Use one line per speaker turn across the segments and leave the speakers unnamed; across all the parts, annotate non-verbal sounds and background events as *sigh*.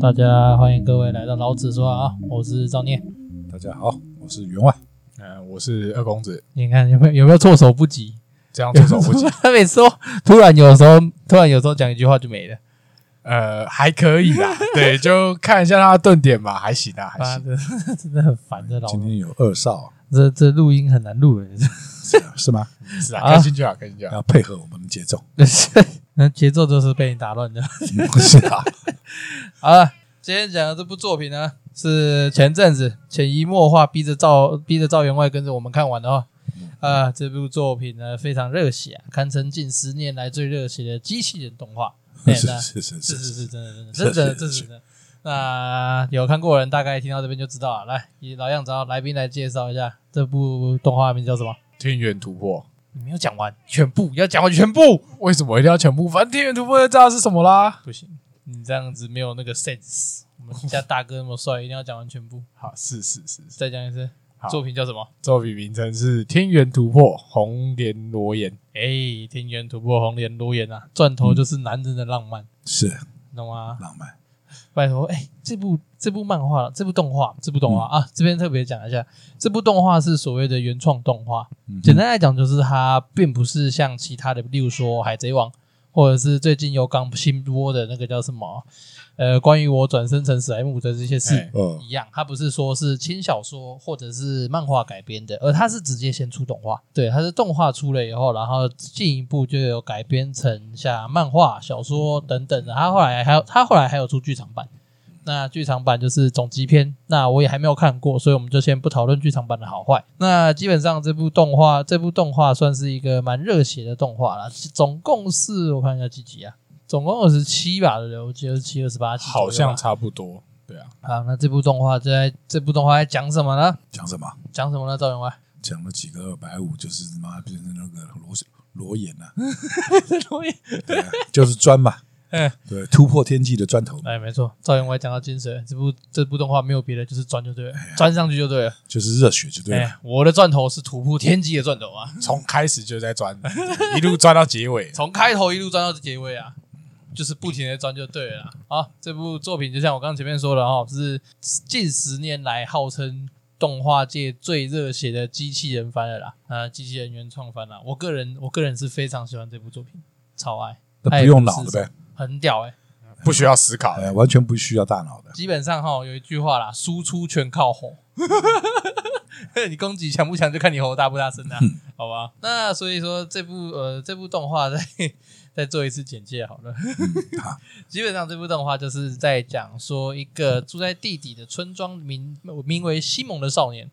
大家欢迎各位来到老子说啊，我是赵念。
大家好，我是员外。
呃，我是二公子，
你看有没有有没有措手不及？
这样措手不及。
*laughs*
*laughs*
他每次都突然有时候突然有时候讲一句话就没了，
呃，还可以啦，对，就看一下他的顿点吧，还行啊，还
妈
行。
的 *laughs* 真的很烦这老
今天有二
啊
少、
这这录音很难录了。欸
是啊是吗？
是
啊
啊，开心就好，开心就好。
要配合我们的节奏。
*laughs*
*laughs*
那节奏都是被你打乱的。 *laughs*
是
*laughs*
啊，
好了，今天讲的这部作品呢，是前阵子潜移默化逼着赵逼着赵员外跟着我们看完的哦。啊、这部作品呢非常热血啊，堪称近十年来最热血的机器人动画。对
是
那
是是
是
是
是
是，
是，真的真的真的真的真的真的。那有看过的人大概听到这边就知道了。来，以老样子啊，来宾来介绍一下这部动画名叫什么？
天元突破，
你没有讲完全部，要讲完全部，
为什么一定要全部？反正天元突破就知道是什么啦。
不行，你这样子没有那个 sense。我们家大哥那么帅，一定要讲完全部。
好，是是是是。
再讲一次，
好
作品叫什么？
作品名称是《天元突破红莲罗岩》，
哎、天元突破红莲如岩啊，钻头就是男人的浪漫，
是
懂吗？
浪漫。
拜托，哎、这部这部漫画，这部动画，这部动画、啊，这边特别讲一下，这部动画是所谓的原创动画。
嗯哼
简单来讲，就是它并不是像其他的，例如说《海贼王》，或者是最近有刚新播的那个叫什么，呃，关于我转生成史莱姆的这些事
哎
哦
一样，它不是说是轻小说或者是漫画改编的，而它是直接先出动画，对，它是动画出了以后，然后进一步就有改编成像漫画、小说等等的。它后来还有，它后来还有出剧场版。那剧场版就是总集篇，那我也还没有看过，所以我们就先不讨论剧场版的好坏。那基本上这部动画，这部动画算是一个蛮热血的动画啦，总共是我看一下几集啊，总共二十七吧，对不对？我记得二十七、二十八集左右吧，
好像差不多。对啊，
好，那这部动画在这部动画在讲什么呢？
讲什么？
讲什么呢？赵员外，
讲了几个二百五，就是他妈变成那个裸裸眼呐、对啊，就是砖
*laughs*
嘛。
哎
嗯
对，突破天际的砖头，
*laughs* 哎，没错，赵员外讲到精髓，这部这部动画没有别的，就是钻就对了，钻上去就对了。
就是热血，就对了。
哎，我的钻头是突破天际的钻头啊，
从开始就在
*laughs*
钻，一路钻到结尾。
从开头一路钻到结尾啊，就是不停的钻就对了啦。好，这部作品就像我刚刚前面说的哈、是近十年来号称动画界最热血的机器人番了啦，啊，机器人原创番啦。我个人我个人是非常喜欢这部作品，超爱，
那
哎
不用脑的
不是
呗，
很屌哎、
不需要思考，
哎，完全不需要大脑的。
基本上哈有一句话啦，输出全靠吼。
*laughs*
*laughs* 你攻击强不强就看你吼大不大声啦、啊
嗯
好吧？那所以说这部呃这部动画再 *laughs* 再做一次简介好了。
嗯好
*laughs* 基本上这部动画就是在讲说一个住在地底的村庄名名为西蒙的少年，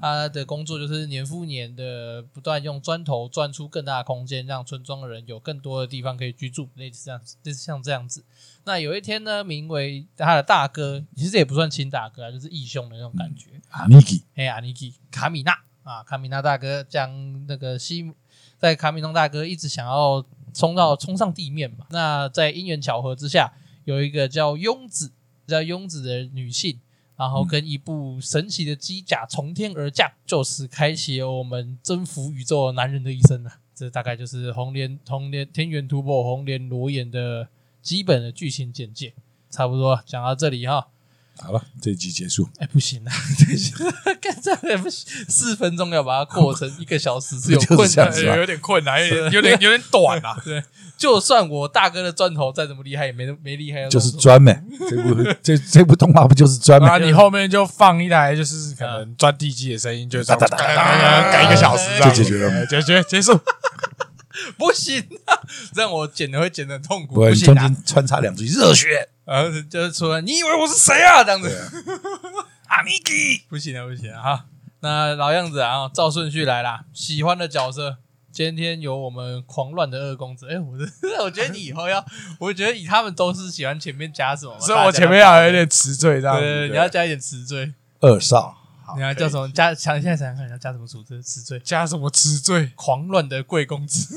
他的工作就是年复年的不断用砖头钻出更大的空间，让村庄的人有更多的地方可以居住，类似这样子，类似像这样子。那有一天呢，名为他的大哥，其实也不算亲大哥啊，就是义兄的那种感觉。
啊
阿尼基，
哎，阿尼基卡米娜啊，卡米娜大哥将那个西在卡米诺大哥一直想要冲到冲上地面嘛。那在因缘巧合之下，有一个叫庸子叫庸子的女性，然后跟一部神奇的机甲从天而降，就此开启了我们征服宇宙的男人的一生啊！这大概就是红莲红莲天元突破红莲裸眼的基本的剧情简介，差不多啊讲到这里哈。
好了，这一集结束。
哎、不行啊，对，干这样也不行，四分钟要把它过成一个小时是有
就是
困难
这样
的。
子啊
有有点困难，有点有点有点短啊。
对，就算我大哥的砖头再怎么厉害，也没没厉害到这
就
种
是
程度。
砖呗，
*laughs*
这部这这部动画不就是砖
啊，
呗？
你后面就放一台就是可能钻地基的声音，就哒哒哒呃改一个小时这样
就解决了，
解决结束。
不行啊，这样我剪的会剪的很痛苦，
不然
不
你
行
中
啊。
间穿插两句热血，
然后就是说，你以为我是谁啊？这样子
对，啊，
*laughs*
阿米基，
不行啊，不行啊！哈那老样子啊，照顺序来啦。喜欢的角色，今天有我们狂乱的二公子。哎、我的， *laughs* 我觉得你以后要， *laughs* 我觉得以他们都是喜欢前面加什么嘛，
所以
大家
啊我前面要有点词缀这
对
样
对对，
子。
你要加一点词缀。
二少，
啊好
你要叫什么？加想现在想想看，你要加什么主词词缀？
加什么词缀？
狂乱的贵公
*laughs*
子，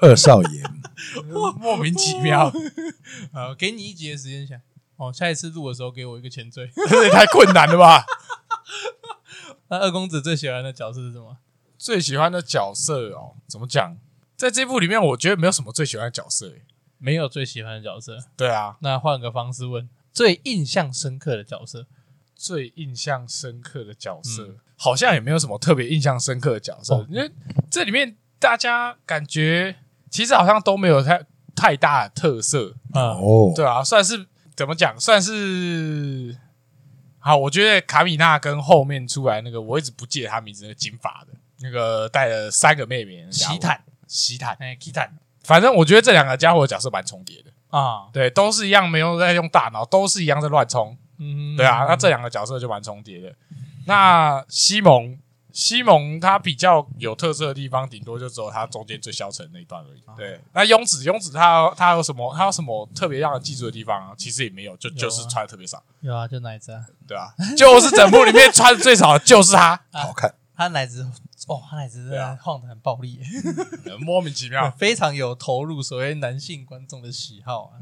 二少爷，
莫名其妙，
好，给你一集的时间想。哦，下一次录的时候给我一个前缀。 *laughs*
这也太困难了吧！
那二公子最喜欢的角色是什么？
最喜欢的角色哦，怎么讲？在这部里面，我觉得没有什么最喜欢的角色。欸
没有最喜欢的角色。
对啊，
那换个方式问，最印象深刻的角色？
最印象深刻的角色，
嗯
好像也没有什么特别印象深刻的角色，
哦
因为这里面大家感觉其实好像都没有太太大的特色，
啊，
哦，
对啊，算是怎么讲，算是好。我觉得卡米娜跟后面出来那个，我一直不记得他名字，那个金发的那个带了三个妹妹的那家伙，
奇坦，
奇坦，
哎，奇坦
反正我觉得这两个家伙的角色蛮重叠的，
啊，
对，都是一样没有在用大脑，都是一样在乱冲，
嗯，
对啊，那这两个角色就蛮重叠的。那西蒙，西蒙他比较有特色的地方，顶多就只有他中间最消沉那一段而已
啊。
对，那庸子，庸子他他有什么他有什么特别让人记住的地方啊？其实也没有，就
有啊
就是穿的特别少，
有啊，就奶子啊，
对啊，就是整部里面穿的最少的就是他，
啊
好看，
他奶子哦，他奶子真
对
的
啊
晃的很暴力耶，
*laughs* 莫名其妙。
*laughs* 非常有投入所谓男性观众的喜好啊，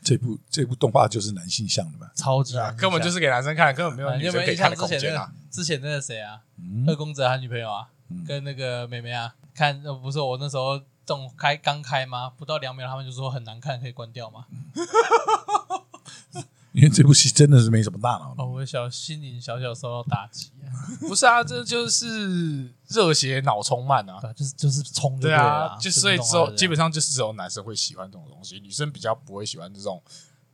这部这部动画就是男性向的嘛，
超级
对啊，根本就是是给男生看，根本没啊有
你
女
有
生
没
可
有
以
印象
看的
之
空
前
间
那
啊
个。之前那个谁啊，
嗯
二公子他女朋友啊，
嗯
跟那个妹妹啊，看呃不是我那时候动开刚开吗？不到两秒他们就说很难看，可以关掉吗？
因为这部戏真的是没什么大脑的
哦，我小心灵小小受到打击啊，
不是啊，这就是热血脑充漫啊
对。啊就是就是冲就
对
了
啊，就所以
动画
只有
就这样
基本上就是只有男生会喜欢这种东西，女生比较不会喜欢这种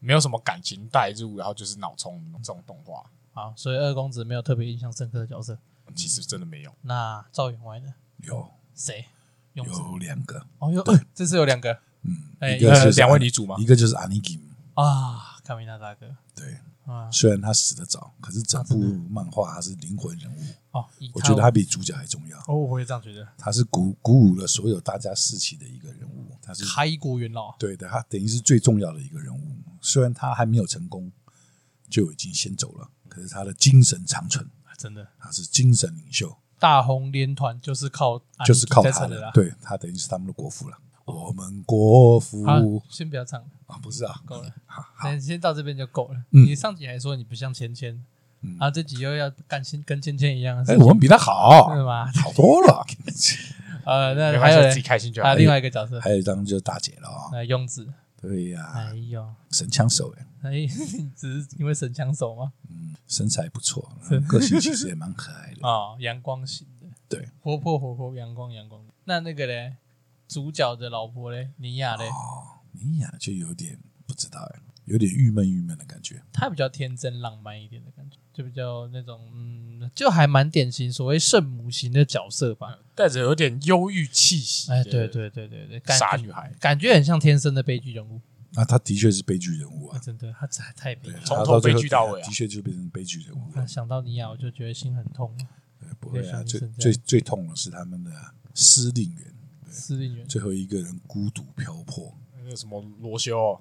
没有什么感情带入，然后就是脑充这种动画，
好，所以二公子没有特别印象深刻的角色。
其实真的没有。
那赵员外呢？
有
谁？勇子
有两个，
哦哟，呃这次有两个
嗯，
哎
一个就是
呃两位女主吗
一个就是阿尼基姆，
啊，卡米娜大哥
对，
啊，
虽然他死得早，可是整
啊
部漫画他是灵魂人物，
哦，以
我觉得他比主角还重要。
哦，我也这样觉得，
他是鼓鼓舞了所有大家士气的一个人物，他是
开国元老
对的，他等于是最重要的一个人物。虽然他还没有成功，就已经先走了，可是他的精神长存，
嗯
啊真的
他是精神领袖，
大红连团啊就是靠
就是靠
安妮在
他
撑的
的
啦。。
对他等于是他们的国父了。我们国父
好，先不要唱了，
啊，不是啊，
够了，
好好
先先到这边就够了。
嗯
你上集还说你不像芊芊，
嗯
然后这集又要干芊跟芊芊一样，
哎，我们比他好，
是吗？
好多
*laughs*
了。
呃，那还
没关
有
系，
嘞
自己开心就
还
好
有。另外一个角色，
还有一张就是大姐了啊，
呃，庸子，
对呀，
哎呦，
神枪手哎，
哎， *laughs* 你只是因为神枪手吗？
嗯，身材不错，嗯个性其实也蛮可爱
*laughs*
的。
啊、阳光型的，
对，
活泼活泼，阳光阳光。那那个嘞，主角的老婆嘞，尼亚嘞，
哦，你呀就有点不知道哎，有点郁闷郁闷的感觉。
她比较天真浪漫一点的感觉，就比较那种，嗯，就还蛮典型所谓圣母型的角色吧。
嗯
带着有点忧郁气息，
哎，对，对对对对，感
傻女孩，
感觉很像天生的悲剧人物，
那啊他的确是悲剧人物
啊、
啊，
真的，她太太悲
对
剧。
从
他
头
最
悲
后
剧到尾啊
的确就变成悲剧人物
啊
了。
想到尼亚，我就觉得心很痛。
对不会啊，
对
最
像是这
最
样
最痛的是他们的司令员，
司令员
最后一个人孤独漂泊，
那个什么罗修哦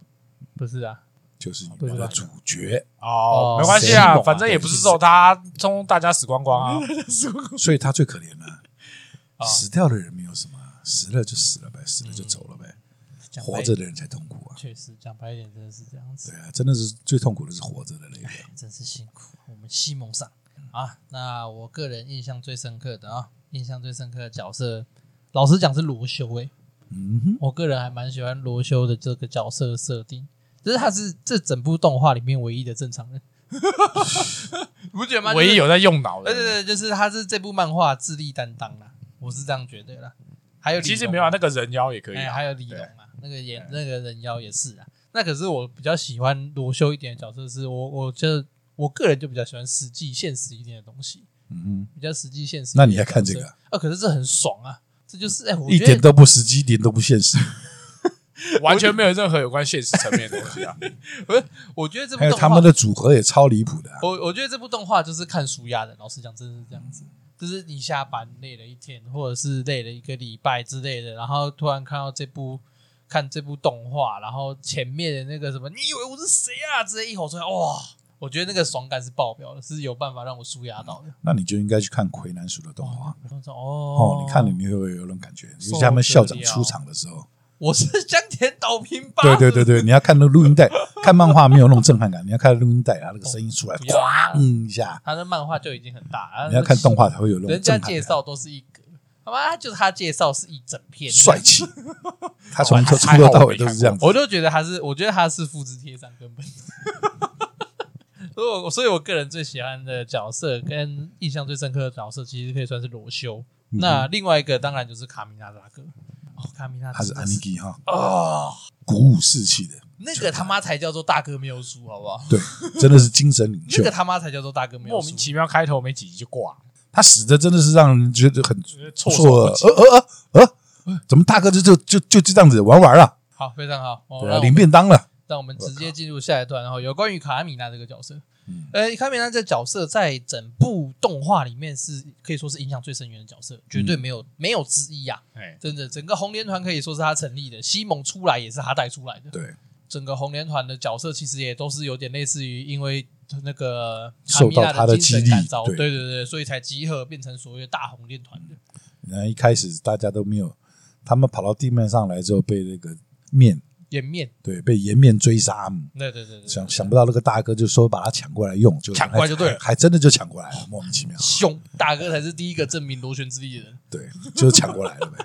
不是啊，
就是你们的主角。
哦
哦，没关系
谁
啊，
懂啊
反正也不是只有他，从大家死光光
嗯
*laughs* 啊。
所以他最可怜了、
哦
死掉的人没有什么啊，死了就死了呗，死了就走了呗，
嗯讲白
活着的人才痛苦啊。
确实讲白一点，真的是这样子
对。啊，真的是最痛苦的是活着的那个。
真是辛苦，我们西蒙上
嗯
啊。那我个人印象最深刻的啊，印象最深刻的角色，老实讲是罗修诶、
嗯哼，
我个人还蛮喜欢罗修的这个角色的设定，就是他是这整部动画里面唯一的正常人， *laughs* 你不觉得吗？
唯一有在用脑的，
就是，对对对，就是他是这部漫画智力担当啦，我是这样觉得啦。还有李
其实
荣
没有啊，那个人妖也可以
哎，
啊。
还有李
对
荣啊，那个
嗯
演
对
那个人妖也是啊。那可是我比较喜欢罗修一点的角色，是我我觉得我个人就比较喜欢实际现实一点的东西，
嗯哼，
比较实际现实一
那
点
你还
的角色。
看这个啊？
啊？可是这很爽啊！这就是哎，我
一
觉得
点都不实际，一点都不现实。
*laughs* 完全没有任何有关现实层面的东西啊。
我觉得这部
还
*laughs* 动
有
画，
他们的组合也超离谱的啊、
*laughs* 我我觉得这部动画就是看舒压的。老实讲，真的是这样
嗯
子，就是你下班累了一天，或者是累了一个礼拜之类的，然后突然看到这部看这部动画，然后前面的那个什么，你以为我是谁啊？直接一吼出来，哇！我觉得那个爽感是爆表的，是有办法让我舒压到的。
那你就应该去看《魁南鼠》的动画
我说哦
哦，你看了你会有有种感觉，尤其他们校长出场的时
*laughs*
候，
我是江田岛平吧？
对对对对，你要看那个录
*laughs*
音带，看漫画没有那种震撼感，你要看录音带，他那个声音出
*laughs*
来，
不要啊
哐一下，
他的漫画就你要看动画就已经很大，
你要看动画才会有那
人
种
家
震撼
介
感。
绍都是一格，好吧，他就是他介绍是一整片
帅，气。啊 *laughs* 他从
还
头
还
出
好
头
我
到
没
尾都
看
是这样子。
我就觉得他是，我觉得他是复制贴上根本。 *laughs* 所以我，所以我个人最喜欢的角色跟印象最深刻的角色，其实可以算是罗修。
嗯
那另外一个当然就是卡米纳拉哥，哦，卡米纳
他是
真的
安妮基哈，
*laughs* 哦，
鼓舞士气的，
那个他妈才叫做大哥没有输，好不好？
对，真的是精神领
那
袖
个。他妈才叫做大哥没有
*laughs* 莫
输
名。其妙开头没几集就挂，
他死的真的是让人觉得很
觉得措
错
手不及
愕。呃呃呃呃，怎么大哥就就就就这样子玩完了？
好，非常好，哦
对
让
啊，
我
领
们
便当了。
让我们直接进入下一段，然后有关于卡米娜这个角色
嗯。
呃，卡米娜这个角色在整部动画里面是可以说是影响最深远的角色，绝
嗯
对没有没有之一
呃
啊！
哎，
真的，整个红莲团可以说是他成立的，西蒙出来也是他带出来的。
对，
整个红莲团的角色其实也都是有点类似于因为那个
受到
卡
他
米娜
的
的精神
激励
感召对
对
对对，所以才集合变成所谓的大红莲团的。
然后一开始大家都没有，他们跑到地面上来之后被那个面
颜面，
对被颜面追杀，嗯
对对对对，
想想不到那个大哥就说把他抢过来用，就
抢过来就对了哦
还还真的就抢过来了，莫名其妙，
凶大哥才是第一个证明螺旋之力的人。
对，就抢过来了呗。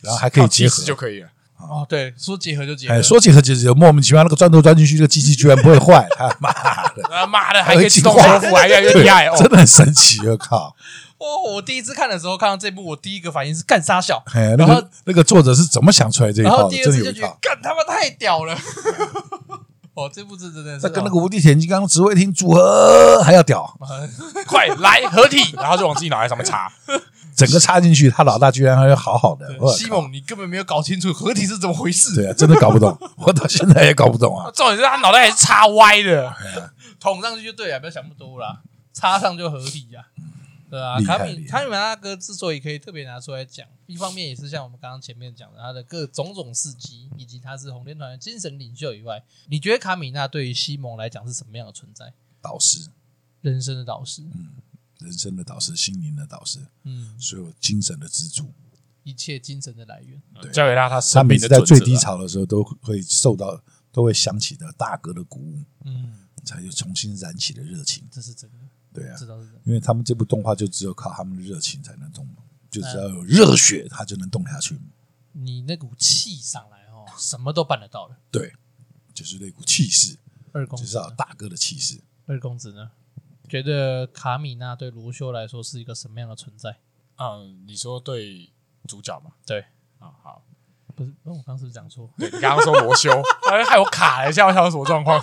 然后还可以结
及
合
时，就可以了。
哦，对，说结合就结合，
啊哎，说结合结合，莫名其妙那个钻头钻进去，这个机器居然不会坏，他妈的，
啊妈 *laughs*
*laughs*
的，还
还
可以
会
自
进
动
化
修复，还越来越厉害哦
*laughs* 对！真的很神奇，我靠！
哦，我第一次看的时候看到这部，我第一个反应是干杀小，
哎，
然
那
后
个那个作者是怎么想出来这一
然
套
后
的？
第二
真的
次
有
就
一
觉得
套。
干他妈太屌了。 *laughs* 哦，这部真真的是
那跟那个无敌铁金刚职位厅组合还要屌，
哦
快来合体， *laughs* 然后就往自己脑袋上面插。
整个插进去，他老大居然还要好好的。我靠
西蒙，你根本没有搞清楚合体是怎么回事，
对啊，真的搞不懂，我到现在也搞不懂啊。
重点是他脑袋还是插歪的，
捅上去就对了，不要想那么多啦，插上就合体呀、对啊，
厉害
卡米
厉害
卡米拉哥之所以可以特别拿出来讲，一方面也是像我们刚刚前面讲的，他的各种种事迹，以及他是红莲团的精神领袖以外，你觉得卡米娜对于西蒙来讲是什么样的存在？
导师，
人生的导师，
嗯人生的导师，心灵的导师，
嗯，
所有精神的支柱。
一切精神的来源。
对
交给他他
他
生
每
命
次
的
在
准则啊
最低潮的时候，都会受到，都会想起的大哥的鼓舞，
嗯，
才又重新燃起了热情。
这是真的，
对啊，
这倒是真的。
因为他们这部动画就只有靠他们的热情才能动，就只要有热血，他就能动下去。
你那股气上来哦，什么都办得到了。
对，就是那股气势，
二公
就是
子呢，
要有大哥的气势。
二公子呢？觉得卡米娜对罗修来说是一个什么样的存在？
嗯，你说对主角嘛？
对，
啊，好，
不是，那我刚是不是讲错？
对你刚刚说罗修， *laughs* 哎害我卡了一下，我想说什么状 *laughs* 况？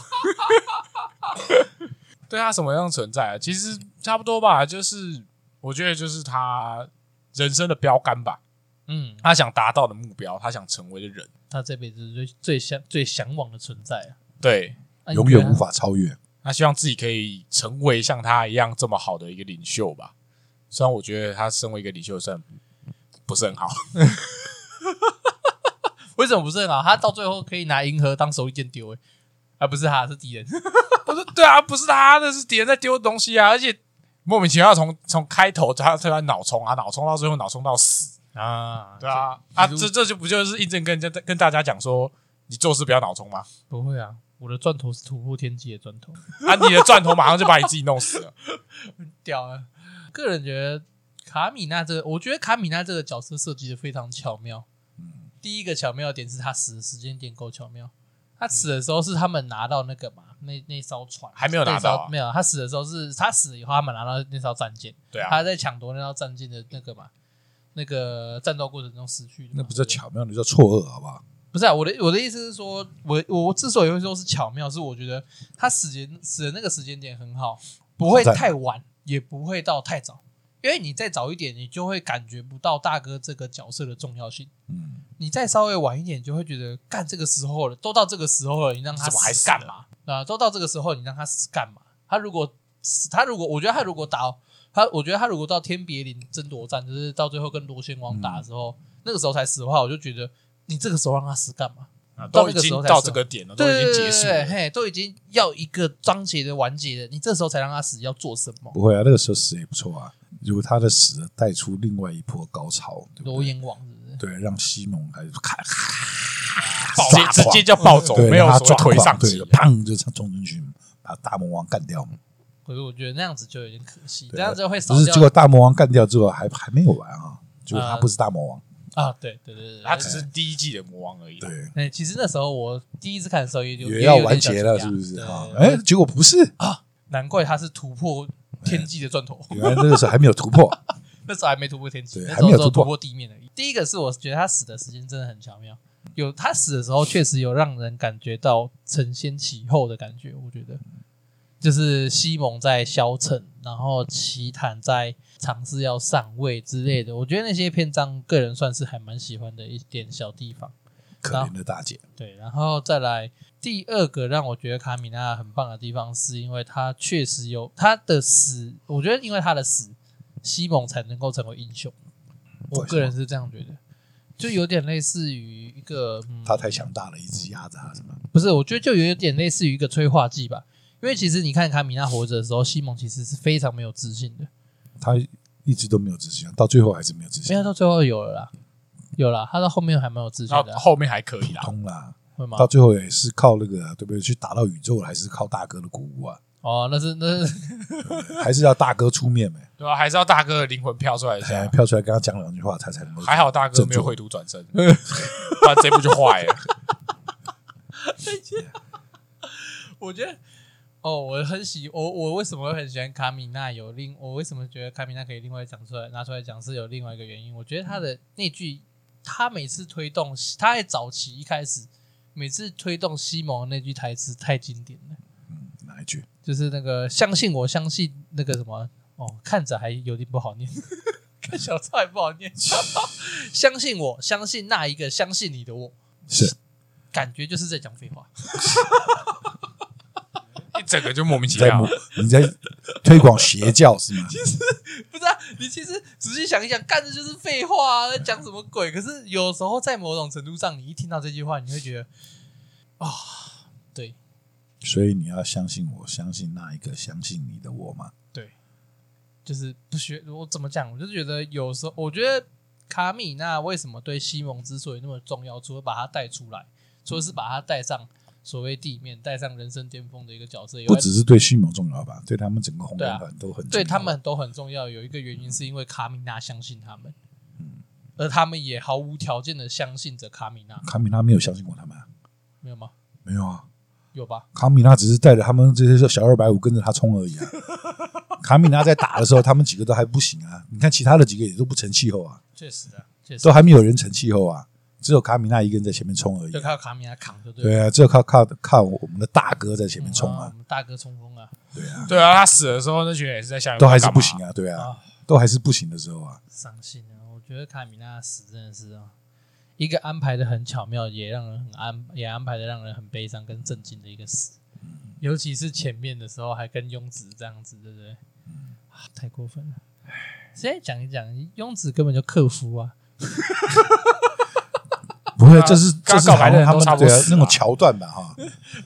对他什么样存在啊？其实差不多吧，就是我觉得就是他人生的标杆吧，
嗯，
他想达到的目标，他想成为的人，
他这辈子最最向最向往的存在
对
啊，
永远无法超越。
他希望自己可以成为像他一样这么好的一个领袖吧。虽然我觉得他身为一个领袖，虽然不是很好，
为什么不是很好？他到最后可以拿银河当手里剑丢、欸，啊，不是他是敌人，
*laughs* 不是对啊，不是他，那是敌人在丢东西啊，而且莫名其妙从从开头他他脑冲啊，脑冲到最后脑冲到死，
啊，
对啊啊，
比如
这这就不就是印证跟跟跟大家讲说，你做事不要脑冲吗？ *laughs*
不会啊，我的钻头是突破天际的钻头， *laughs*
啊，你的钻头马上就把你自己弄死了，
屌啊！个人觉得卡米娜这个，我觉得卡米娜这个角色设计的非常巧妙。第一个巧妙的点是他死的时间点够巧妙，他死的时候是他们拿到那个嘛，那那艘船
还没有拿到啊
那艘没有，他死的时候是他死以后他们拿到那艘战舰。
对啊，
他在抢夺那道战舰的那个嘛，那个战斗过程中失去的嘛。
那不
对
叫
对，
巧妙，那叫错愕，好不好？
不是啊，我的我的意思是说，我我之所以会说是巧妙，是我觉得他死间死的那个时间点很好，不会
好在
太晚，也不会到太早，因为你再早一点，你就会感觉不到大哥这个角色的重要性。
嗯，
你再稍微晚一点，你就会觉得干这个时候了，都到这个时候了，你让他
怎么还
死
死
干嘛？啊，都到这个时候，你让他死干嘛？他如果死，他如果我觉得他如果打他，我觉得他如果到天别林争夺战，就是到最后跟螺旋王打的时候，
嗯
那个时候才死的话，我就觉得你这个时候让他死干嘛？
啊
到
都
那
已
个时候
经
才
到
死
这个点了，都
对
已
对对
经结
对
束
对，
了，
嘿，都已经要一个章节的完结了，你这时候才让他死，要做什么？
不会啊，那个时候死也不错啊。如果他的死带出另外一波高潮，对不
罗
对？
阎王是不是？
对，让西蒙还咔
*laughs*
直
抓狂
接直接叫暴走，
对，
没有
让他
所谓
抓
腿
狂
上
对
挤，
砰就冲进去，把大魔王干掉。
可是我觉得那样子就有点可惜，
对
那样子会少
不是，
掉
结果大魔王干掉之后还还没有完啊，就是他不是大魔王，
啊，对对对对，对
他只是第一季的魔王而已。
对，
哎、其实那时候我第一次看的时候也就
也要完结了，是不是啊？哎，结果
*laughs*
不是，
难怪他是突破天际的钻头，
原来那个时候还没有
*laughs*
突破，
那时候还没突破天际，
对
那时
还没
候
有
只有
突破
突破地面而已。第一个是我觉得他死的时间真的很巧妙，有他死的时候确实有让人感觉到承先启后的感觉，我觉得就是西蒙在消沉，然后奇坦在尝试要上位之类的。我觉得那些篇章个人算是还蛮喜欢的一点小地方。
可怜的大姐，
对，然后再来第二个让我觉得卡米娜很棒的地方，是因为她确实有她的死，我觉得因为她的死，西蒙才能够成为英雄。我
为什
个
么
人是这样觉得，就有点类似于一个，嗯、
她太强大了，一直压着她，什么？
不是，我觉得就有点类似于一个催化剂吧。因为其实你看卡米娜活着的时候，西蒙其实是非常没有自信的，
她一直都没有自信，到最后还是没有自
没
信，
有到最后有了啦，有啦，他到后面还蛮有自信
然后
的啊、
后面还可以啦，
通啦，
会吗
到？最后也是靠那个对不对？去打到宇宙，还是靠大哥的鼓舞啊？
哦，那是那是
还是要大哥出面呗，
对吧、还是要大哥的灵魂飘出来一
哎
啊
下。
飘出来跟他讲两句话，他才能够。
还好大哥没
振
有
作
绘图转
*laughs*
身，不然这部就坏了。
我觉得，哦，我很喜我我为什么会很喜欢卡米娜？有另我为什么觉得卡米娜可以另外讲出来拿出来讲是有另外一个原因。我觉得他的那句，他每次推动他在早期一开始每次推动西蒙的那句台词太经典了，
嗯哪一句？
就是那个相信我，相信那个什么哦，看着还有点不好念。 *laughs* 看小抄还不好念， *laughs* 相信我，相信那一个，相信你的我，
是
感觉就是在讲废话。
一整个就莫名
你
其
在
妙
模。你在推广邪教是吗？
*laughs* 不是啊，你其实仔细想一想，干的就是废话啊，在讲什么鬼？可是有时候在某种程度上，你一听到这句话，你会觉得啊、对
所以你要相信我，相信那一个，相信你的我嘛。
对，就是不学我怎么讲，我就觉得有时候，我觉得卡米娜为什么对西蒙之所以那么重要，除了把他带出来，除了是把他带上所谓地面，带上人生巅峰的一个角色以
不
外，
只是对西蒙重要吧，对他们整个红
对啊
人团都很重要
对他们都很重要。有一个原因是因为卡米娜相信他们，
嗯
而他们也毫无条件的相信着卡米娜，
卡米拉没有相信过他们、啊，
没有吗？
没有啊。
有吧？
卡米拉只是带着他们这些小二百五跟着他冲而
*laughs*
已啊。卡米拉在打的时候，他们几个都还不行啊。你看其他的几个也都不成气候啊，
确实的，确实
都。还没有人成气候啊，只有卡米拉一个人在前面冲而已
就
啊、
靠卡米拉扛就对了。
对啊，只有靠靠靠我们的大哥在前
嗯
面冲
啊
啊
哦
我，们大哥冲锋啊，
对啊，他死的时候，那群人也是在下面
都还是不行。啊，对啊
啊，
都还是不行的时候啊，
伤心啊！我觉得卡米拉死真的是啊，一个安排的很巧妙，也让人很安，也安排的让人很悲伤跟震惊的一个死。
嗯
尤其是前面的时候还跟庸子这样子，对不对？
嗯
啊太过分了。现在讲一讲，庸子根本就克夫啊，
不会
对，啊
这是这
刚
是
告白的人
他们
都差不
对
多
啊
死
那种
啊
桥段吧，哈。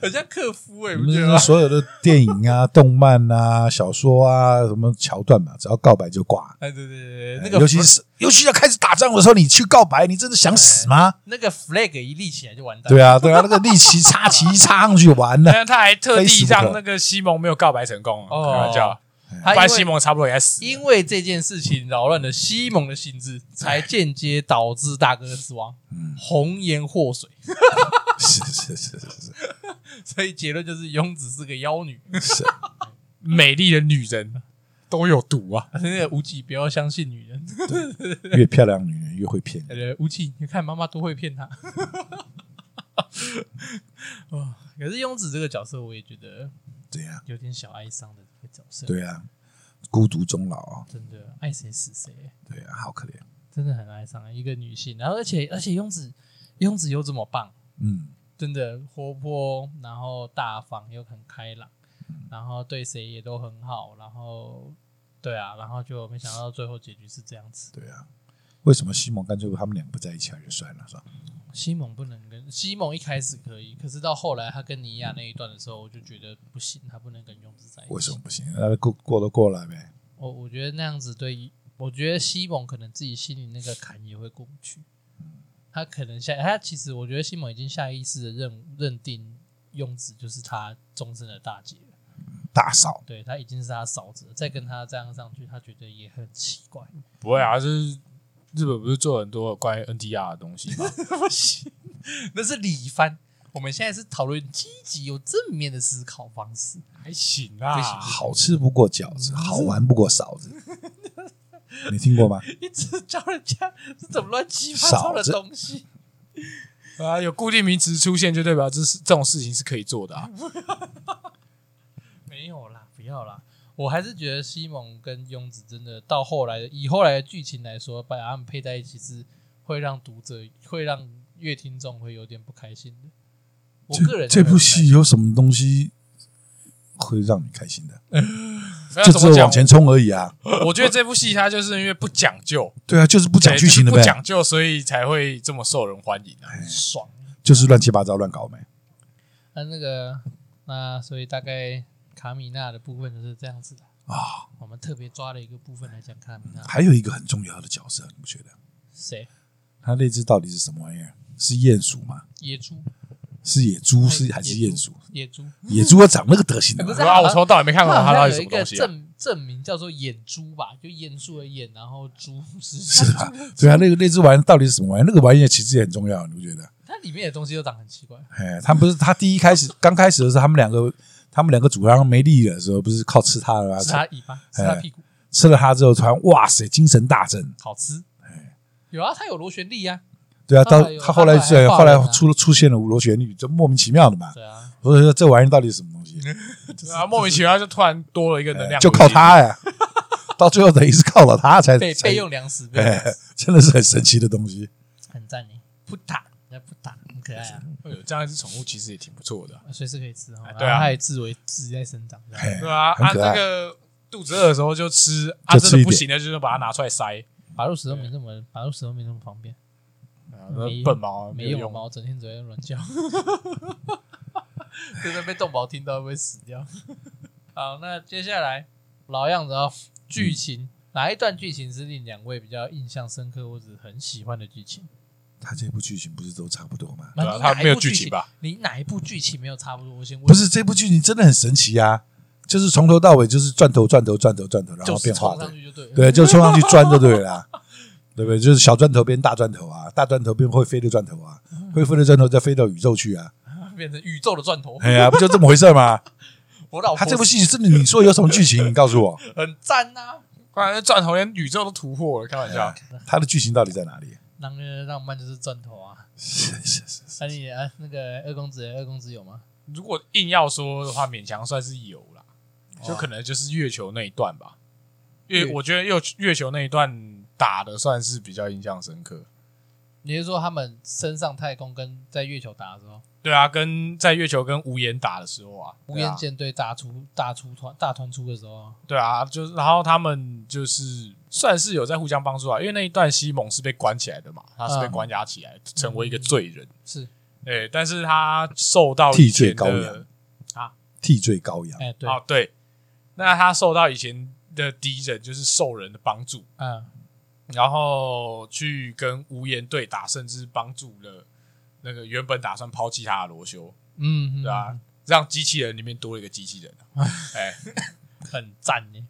很像克夫哎、
你
你不
们
觉
这
得
些
吗？
所有的电影啊、动漫啊、小说啊，什么桥段嘛，只要告白就挂。
哎，对对对对，那个
尤其是尤其要开始打仗的时候，你去告白，你真的想死吗？
那个 flag 一立起来就完蛋了。
*laughs* 对啊，对啊，那个力旗插旗一插上去完 *laughs* 了，
但他还特
非
地
死不可
让那个西蒙没有告白成功，开
哦
玩笑，
他
不
因为
然西蒙差不多也该死了。
因为这件事情扰乱了西蒙的心智，才间接导致大哥的死亡，红颜祸水。
是是是是是
所以结论就是，庸子是个妖女。
是，
美丽的女人都有毒啊！
那个无忌不要相信女人，
越漂亮女人越会骗人。
呃，无忌，你看妈妈都会骗他。哇！可是庸子这个角色，我也觉得
对呀，
有点小哀伤的一个角色，
对呀，孤独终老啊，
真的爱谁死谁，
对呀，好可怜。
真的很哀伤。一个女性，然后而且而且庸子，庸子又这么棒，
嗯，
真的活泼，然后大方又很开朗，然后对谁也都很好，然后对啊，然后就没想到最后结局是这样子。
对呀。为什么西蒙干脆他们两个不在一起啊就算了，是吧？
西蒙不能跟西蒙一开始可以，可是到后来他跟尼亚那一段的时候，我就觉得不行，他不能跟庸子在一起。
为什么？不行？那过过都过了呗。
我我觉得那样子对，我觉得西蒙可能自己心里那个坎也会过不去。他可能下他其实我觉得西蒙已经下意识的认认定庸子就是他终身的大姐了。
大嫂，
对
*laughs*
他已经是他嫂子了，再跟他这样上去，他觉得也很奇怪。
不会啊，就是日本不是做很多关于 NTR 的东西吗？
不行，那是李帆。我们现在是讨论积极有正面的思考方式。
*laughs* 还行啊，
不行
好吃不过饺子，好玩不过嫂子。 *laughs* 你听过吗？
一直教人家这种乱七八糟的
少着
东西，
啊，有固定名词出现就代表这是这种事情是可以做的啊。
没有啦，不要啦。我还是觉得西蒙跟庸子真的到后来的以后来的剧情来说，把他们配在一起是会让读者会让乐听众会有点不开心的。我个人
这
觉得
部戏有什么东西会让你开心的？
没有
就
怎
只
么
有
讲
往前冲而已啊！
我我觉得这部戏它就是因为不讲究，
对啊，就是不
对
讲剧情的
就是
呗
不，讲究，所以才会这么受人欢迎啊。
很爽。
就是乱七八糟乱搞呗。
那那个那所以大概卡米娜的部分就是这样子的
啊。
我们特别抓了一个部分来讲卡米娜，
还有一个很重要的角色，你不觉得？
谁？
他那只到底是什么玩意儿？是鼹鼠吗？
野猪，
是野猪是还是
野猪
鼹鼠？
野猪。
野猪要长那个德行的
不
吗
是？
哎啊，我从头到尾没看过
它
它
好
到
像有
底什
一
么
个
东西啊。
证证明叫做眼珠吧，就眼珠的眼，然后猪是
是吧？对啊，那个那只玩意儿到底是什么玩意儿？那个玩意儿其实也很重要，你不觉得？
*laughs* 它里面的东西都长得很奇怪。
哎，他们不是他第一开始刚开始的时候，他们两个他们两个主张没力的时候，不是靠吃它的吗？
是它尾巴，是它
哎
屁股，
吃了它之后，突然哇塞，精神大振。
好吃。有啊，它有螺旋力啊。
对啊，到
后来有
他后
后
来
来
是
还
后来
画了啊
出出现了五螺旋律，就莫名其妙的嘛。
对啊，
所以说这玩意儿到底是什么东西？
啊，莫名其妙就突然多了一个能
哎
量，
就靠。它呀， *laughs* 到最后等于是靠了它才
备
才
备用粮食，备用粮
哎
食，
*laughs* 真的是很神奇的东西。
很赞欸呢。扑打，人家扑打，很可爱啊，
哎呦这样一只宠物其实也挺不错的啊，
随时可以吃哦。然后
对啊
它也自为自己在生长。这样
哎
对啊，
很
啊
可爱
那个肚子饿的时候就吃，啊
就
真
吃
的
一
不
点
行的就是把它拿出来塞，
法路石都没那么，法路石都没那么方便，
啊
嗯
那
没
笨毛
哦没
有
有
用。
毛，整天只会乱叫， *laughs* 真的被动毛听到会死 *laughs* 掉。好，那接下来老样子哦，剧情、哪一段剧情是令两位比较印象深刻或者很喜欢的剧情？
他这部剧情不是都差不多吗？
对啊
那你
它
哪一
没有
部
剧
剧
情吧？
你哪一部剧情没有差不多？我先问，
不是这部剧情真的很神奇啊，就是从头到尾就是转头转头转头转头，然
就
后
是
变化
冲
的
上。去就对了。
对，就冲上去钻就对了啊、对不对？就是小砖头变大砖头啊，大砖头变会飞的砖头啊，会飞的砖头再飞到宇宙去啊，
变成宇宙的钻头。
哎呀，不就这么回事吗？
我老婆
他这部戏真的，你说有什么剧情？你告诉我，
很赞 *laughs* 呐，
不然那钻头连宇宙都突破了，开
哎
玩笑。
他的剧情到底在哪里？
让人浪漫就是钻头啊。
是是是，
那你啊，那个二公子，二公子有吗？
如果硬要说的话，勉强算是有啦，就可能就是月球那一段吧。月，
月
我觉得月月球那一段打的算是比较印象深刻。
你是说他们升上太空跟在月球打的时候，
对啊，跟在月球跟无言打的时候啊，
无烟舰队大出大出团大团出的时候，
对啊，就是然后他们就是算是有在互相帮助啊，因为那一段西蒙是被关起来的嘛，他是被
嗯
关押起来，成为一个罪人。
是
对，但是他受到
替
以前
罪羔
的
羊 *laughs* 替罪羔羊
哎、，对，
啊，对，那他受到以前的敌人就是兽人的帮助，
嗯，
然后去跟无言对打，甚至帮助了那个原本打算抛弃他的罗修，
嗯，
对啊
嗯
吧、
嗯
让机器人里面多了一个机器人、啊，哎，
很赞呢。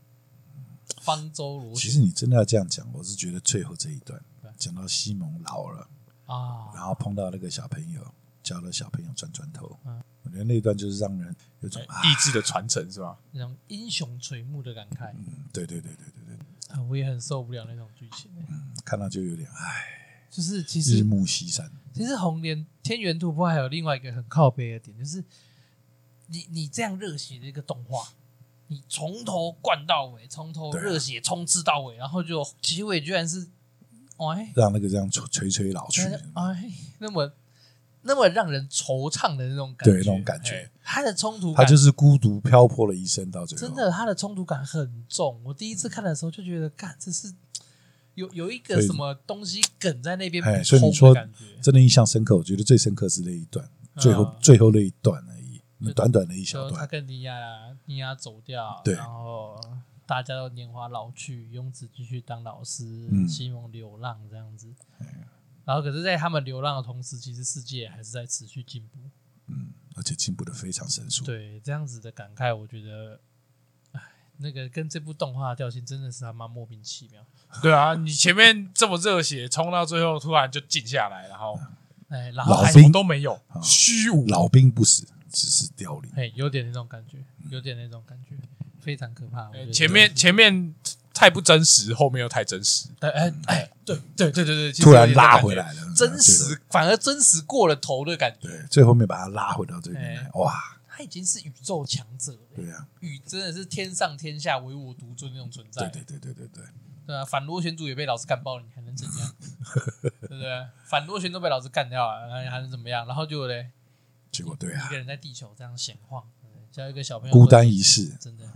方舟螺
其
旋
实你真的要这样讲，我是觉得最后这一段讲到西蒙老了，
啊，
然后碰到那个小朋友，教了小朋友转砖头
嗯，哎
我觉得那一段就是让人有种啊，
意哎志的传承是吧？
那种英雄垂暮的感慨，
嗯对对对对对对，
啊我也很受不了那种剧情欸。
看到就有点唉，
就是其
日
实
暮西山，
其实红莲天元突破还有另外一个很靠背的点，就是你你这样热血的一个动画，你从头灌到尾，从头
对啊
热血冲刺到尾，然后就结尾居然是，哎
让那个这样垂垂垂老去，
哎，那么那么让人惆怅的那种感觉，
对那种感觉
哎。它的冲突
他
感
就是孤独漂泊了一生到最后。
真，的，它的冲突感很重。我第一次看的时候就觉得，干这是有有一个
所以
什么东西梗在那边
哎
不
所以你
通的
说
感觉
真的印象深刻。我觉得最深刻是那一段，最后
嗯
最后那一段而已，那
就
短短的一小
就他
段。
跟尼亚尼亚走掉，
对
然后大家都年华老去，庸子继续当老师，
嗯
西蒙流浪这样子。然后，可是，在他们流浪的同时，其实世界还是在持续进步。
嗯，而且进步的非常神速。
对，这样子的感慨，我觉得，哎，那个跟这部动画的调性真的是他妈莫名其妙。
对啊，你前面这么热血冲到最后，突然就静下来，然后
哎，然后
老
还
还
兵
什么都没有，
啊虚无，老兵不死，只是凋零。
哎，有点那种感觉，有点那种感觉，非常可怕。我觉
哎
得
前面前面太不真实，后面又太真实。
哎哎哎，对对对对对，其实
突然
有点这种
拉
感觉
回，来了，
真实反而真实过了头的感觉。
对，最后面把它拉回到这边来
哎，
哇，
他已经是宇宙强者了，
对啊，
宇真的是天上天下唯我独尊那种存在。
对对对对对对，
对啊，反螺旋组也被老师干爆了，你还能怎
*laughs*
样？对不对？反螺旋都被老师干掉了，然后你还能怎么样？然后就嘞，
结果对
一
啊
个，人在地球这样闲晃，对不对叫一个小朋友
孤单，一世，
真的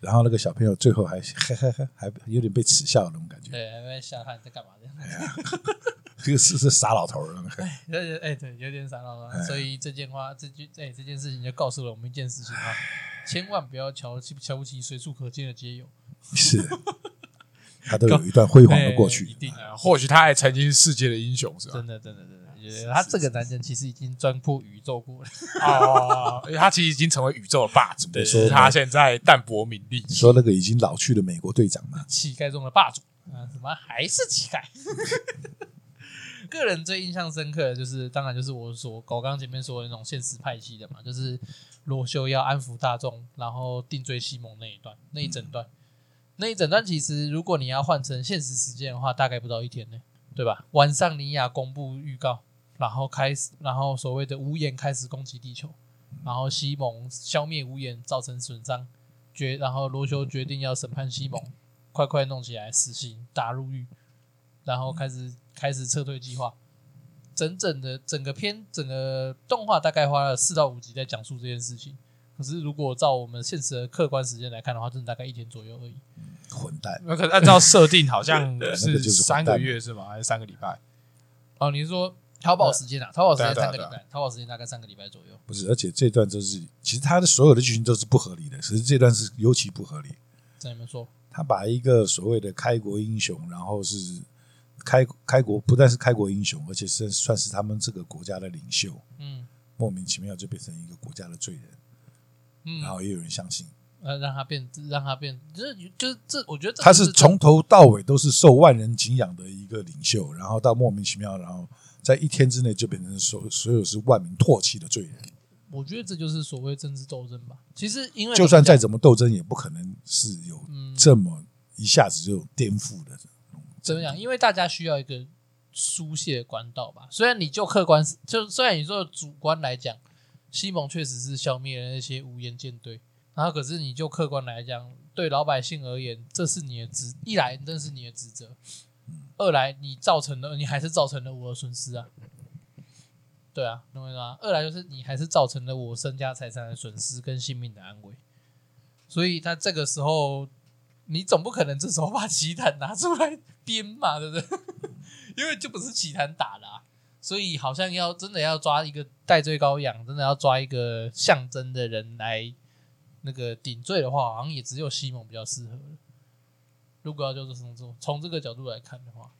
然后那个小朋友最后还还还还还有点被耻笑的那种感觉， *laughs*
对，还在吓他你在干嘛这样？
这个是是傻老头了，
*laughs* 对哎对，有点傻了
哎。
所以这件话，这句哎这件事情就告诉了我们一件事情啊，千万不要瞧起瞧不起随处可见的街友，
是，他都有一段辉煌的过
哎一
去，
定
呃或许他还曾经是世界的英雄，是吧
真？的真的真的，觉得他这个男人其实已经钻破宇宙过了。
哦，因为他其实已经成为宇宙的霸主，
对
只是他现在淡泊名利。
你说那个已经老去的美国队长嘛，
乞丐中的霸主啊，什么还是乞丐。 *laughs* 个人最印象深刻的就是，当然就是我所我刚刚前面说的那种现实派系的嘛，就是罗修要安抚大众，然后定罪西蒙那一段，那一整段，那一整段其实如果你要换成现实时间的话，大概不到一天呢，对吧？晚上尼亚公布预告，然后开始，然后所谓的无眼开始攻击地球，然后西蒙消灭无眼造成损伤，决然后罗修决定要审判西蒙，快快弄起来，死刑打入狱，然后开始开始撤退计划。整整的整个片整个动画大概花了四到五集在讲述这件事情。可是如果照我们现实的客观时间来看的话，真的大概一天左右而已。
混蛋，
那可是按照设定，好
*laughs*
像
那个
是
就是
三
混蛋
个月是吗？还是三个礼拜？
哦，你是说淘宝时间啊？淘宝时间
对啊
三个
对
礼
啊
拜，淘宝时间大概三个礼拜左右。
不是，而且这段就是，其实他的所有的剧情都是不合理的，只是这段是尤其不合理。
在你们说，
他把一个所谓的开国英雄，然后是开开国，不但是开国英雄，而且是算是他们这个国家的领袖，
嗯
莫名其妙就变成一个国家的罪人，
嗯
然，后也有人相信
呃，让他变，让他变，就是就是这，我觉得这
他
就是
从头到尾都是受万人敬仰的一个领袖，然后到莫名其妙，然后在一天之内就变成所所有是万民唾弃的罪人，
我觉得这就是所谓政治斗争吧。其实因为
就算
怎么
再
讲
怎么斗争，也不可能是有
嗯
这么一下子就有颠覆的。
怎么讲？因为大家需要一个疏泄的管道吧。虽然你就客观，就虽然你说主观来讲，西蒙确实是消灭了那些无烟舰队，然后可是你就客观来讲，对老百姓而言，这是你的职，一来这是你的职责，二来你造成了，你还是造成了我的损失啊。对啊，懂我意思吗？二来就是你还是造成了我身家财产的损失跟性命的安危，所以他这个时候，你总不可能这时候把奇谭拿出来编嘛，对不对？ *laughs* 因为就不是奇谭打的、啊，所以好像要真的要抓一个戴罪羔羊，真的要抓一个象征的人来那个顶罪的话，好像也只有西蒙比较适合了。如果要就是从这从这个角度来看的话，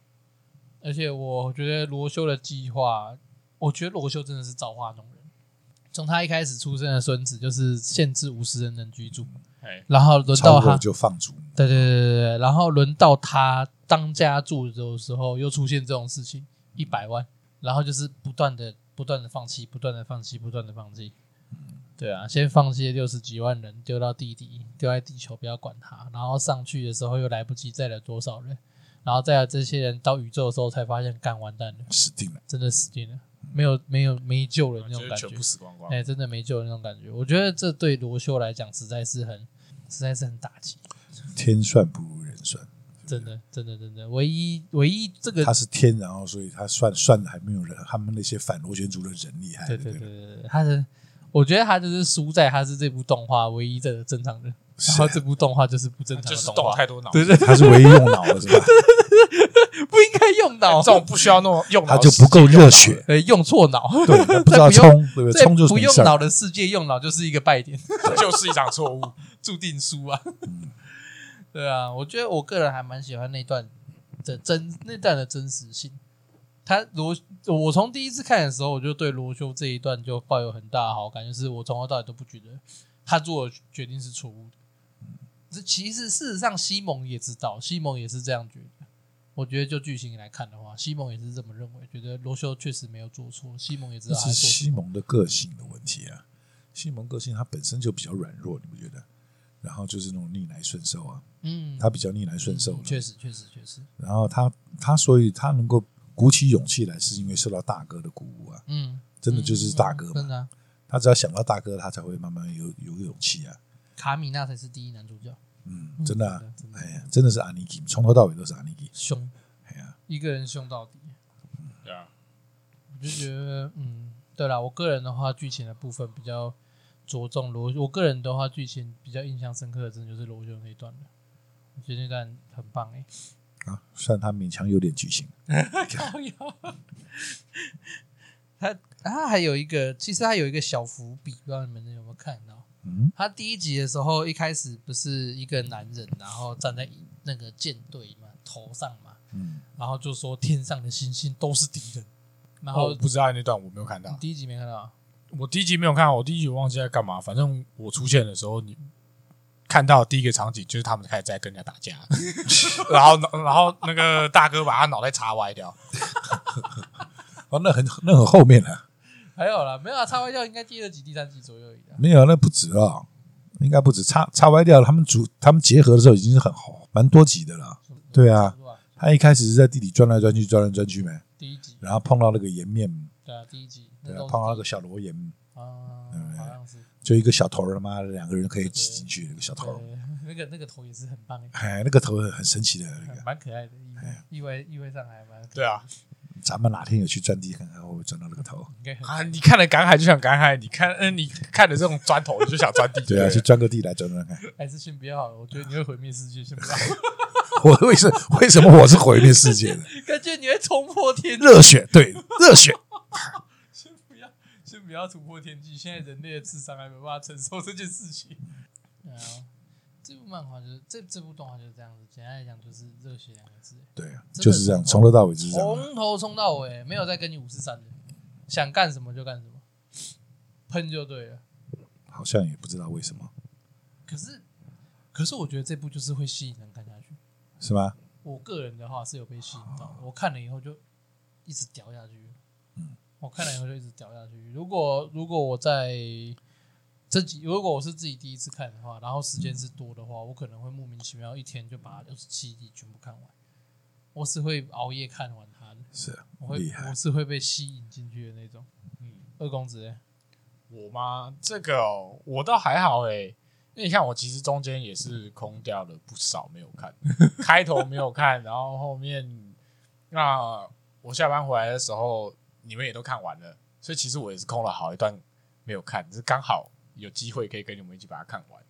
而且我觉得罗修的计划，我觉得罗修真的是造化弄人。从他一开始出生的孙子就是限制五十人能居住，
哎，
然后轮
超
到他
过就放逐，
对对对对对，然后轮到他当家主的时候，又出现这种事情，一百万，然后就是不断的、不断的放弃，不断的放弃，不断的放弃。对啊，先放弃六十几万人丢到地底，丢在地球，不要管他。然后上去的时候又来不及再来多少人，然后再来这些人到宇宙的时候才发现，干完蛋了，
死定了。
真的死定了，没有没有没救了那
啊就
种
是
感觉
全。部死光光
哎、。真的没救了那种感觉。我觉得这对罗修来讲实在是很，实在是很打击。
天算不如人算，
真的，真的，真的，唯一唯一这个
他，是天，然后所以他算算的还没有人他们那些反螺旋族的人厉害。
对
对
对对
对，
对对，他的，我觉得他就是输在他是这部动画唯一的正常人，
啊
然后这部动画就是不正常
就
的
是
画
动，太多脑，哎
对对，
他是唯一用脑的
*laughs*
是吧？
不应该用脑
哎
这，种不需要那种用脑，
他就不够热。血，
*laughs* 呃，用错脑， *laughs*
对，他不知道
在不用
冲，
*laughs*
对不对？
在
冲就是
不
没
用
事
脑啊
儿。
的世界，用脑就是一个败点。
*laughs* 就是一场错误。
注定输啊。 *laughs* 对啊，我觉得我个人还蛮喜欢那段的真那段的真实性。他罗，我从第一次看的时候，我就对罗修这一段就抱有很大的好感，就是我从头到尾都不觉得他做的决定是错误的。这其实事实上西蒙也知道，西蒙也是这样觉得。我觉得就剧情来看的话，西蒙也是这么认为，觉得罗修确实没有做错，西蒙也知
这
道他
是
做错。
西蒙的个性的问题啊。西蒙个性他本身就比较软弱，你不觉得？然后就是那种逆来顺受啊，
嗯，
他比较逆来顺受了
嗯确实，确实，确实，
然后他他所以他能够鼓起勇气来，是因为受到大哥的鼓舞啊，
嗯，
真的就是大哥
嗯真
嘛。
的啊、
他只要想到大哥，他才会慢慢有有勇气啊。
卡米娜才是第一男主角，
嗯，真的、啊
嗯真，的真的
哎呀，真的是阿尼基，从头到尾都是阿尼基。
凶，
哎呀，
一个人凶到底。
对啊，
我就觉得，嗯，对啦，我个人的话，剧情的部分比较着重罗，我个人的话，剧情比较印象深刻的，真的就是罗修那一段了。我觉得那段很棒哎、
啊，算他勉强有点剧情。
*laughs* 他他还有一个，其实他有一个小伏笔，不知道你们有没有看到？
嗯，
他第一集的时候，一开始不是一个男人，然后站在那个舰队嘛头上嘛，
嗯，
然后就说天上的星星都是敌人，然
哦，
后
我不知道那段我没有看
你
到，
第一集没看到啊，
我第一集没有看，我第一集忘记在干嘛，反正我出现的时候你。看到第一个场景就是他们开始在跟人家打架，然后然后那个大哥把他脑袋插歪掉，
哦，那很那很后面了、
还有啦，没有啊，插歪掉应该第二集、第三集左右而已啊啦。
没有，那不止哦，应该不止，叉叉歪掉了。他们组他们结合的时候已经是很好，蛮多集的了。对
差
啊
不多，
他一开始是在地里转来转去，转来转去没，
第一集，
然后碰到那个颜面，
对啊，第一集，
对
那
啊
都是
碰到那
第
个
一集
小罗颜，
啊
对不，对
好像是，
就一个小头儿，他妈的两个人可以挤进去，那个小头儿，
对，那个那个头也是很棒哎，
哎，那哎个头很很神奇的那个。
蛮可爱的，意外意外意外上还蛮，
对啊
咱们哪天有去钻地看看，会不会钻到那个头？
应该很
啊！你看了赶海就想赶海，你看嗯、你看了这种砖头你就想钻地，
对啊，
不
去钻个地来钻钻看。 *laughs*
还是先不要好了，我觉得你会毁灭世界，先不要，
我为什为什么我是毁灭世界的？
感觉你会冲破天际，
热血，
*laughs*
对热血，
先不要先不要突破天际，现在人类的智商还没办法承受这件事情。对啊，这部漫画就是这这部动画就是这样子，简单来讲就是热血两个字。
对啊，就是这样，从头到尾就是这啊
哦
样。
从头冲到尾，没有再跟你五四三的，想干什么就干什么，喷就对了。
好像也不知道为什么，
可是，可是我觉得这部就是会吸引人看下去。
是吗？
我个人的话是有被吸引到，我看了以后就一直屌下去。
嗯，
我看了以后就一直屌下去。如果如果我在这几，如果我是自己第一次看的话，然后时间是多的话，我可能会莫名其妙一天就把六十七集全部看完。我是会熬夜看完它的，
是
我会
厉害
我是会被吸引进去的那种。
嗯
二公子欸，
我吗？这个哦、我倒还好诶、因为你看我其实中间也是空掉了不少，没有看，开头没有看，然后后面那我下班回来的时候，你们也都看完了，所以其实我也是空了好一段没有看，只是刚好有机会可以跟你们一起把它看完。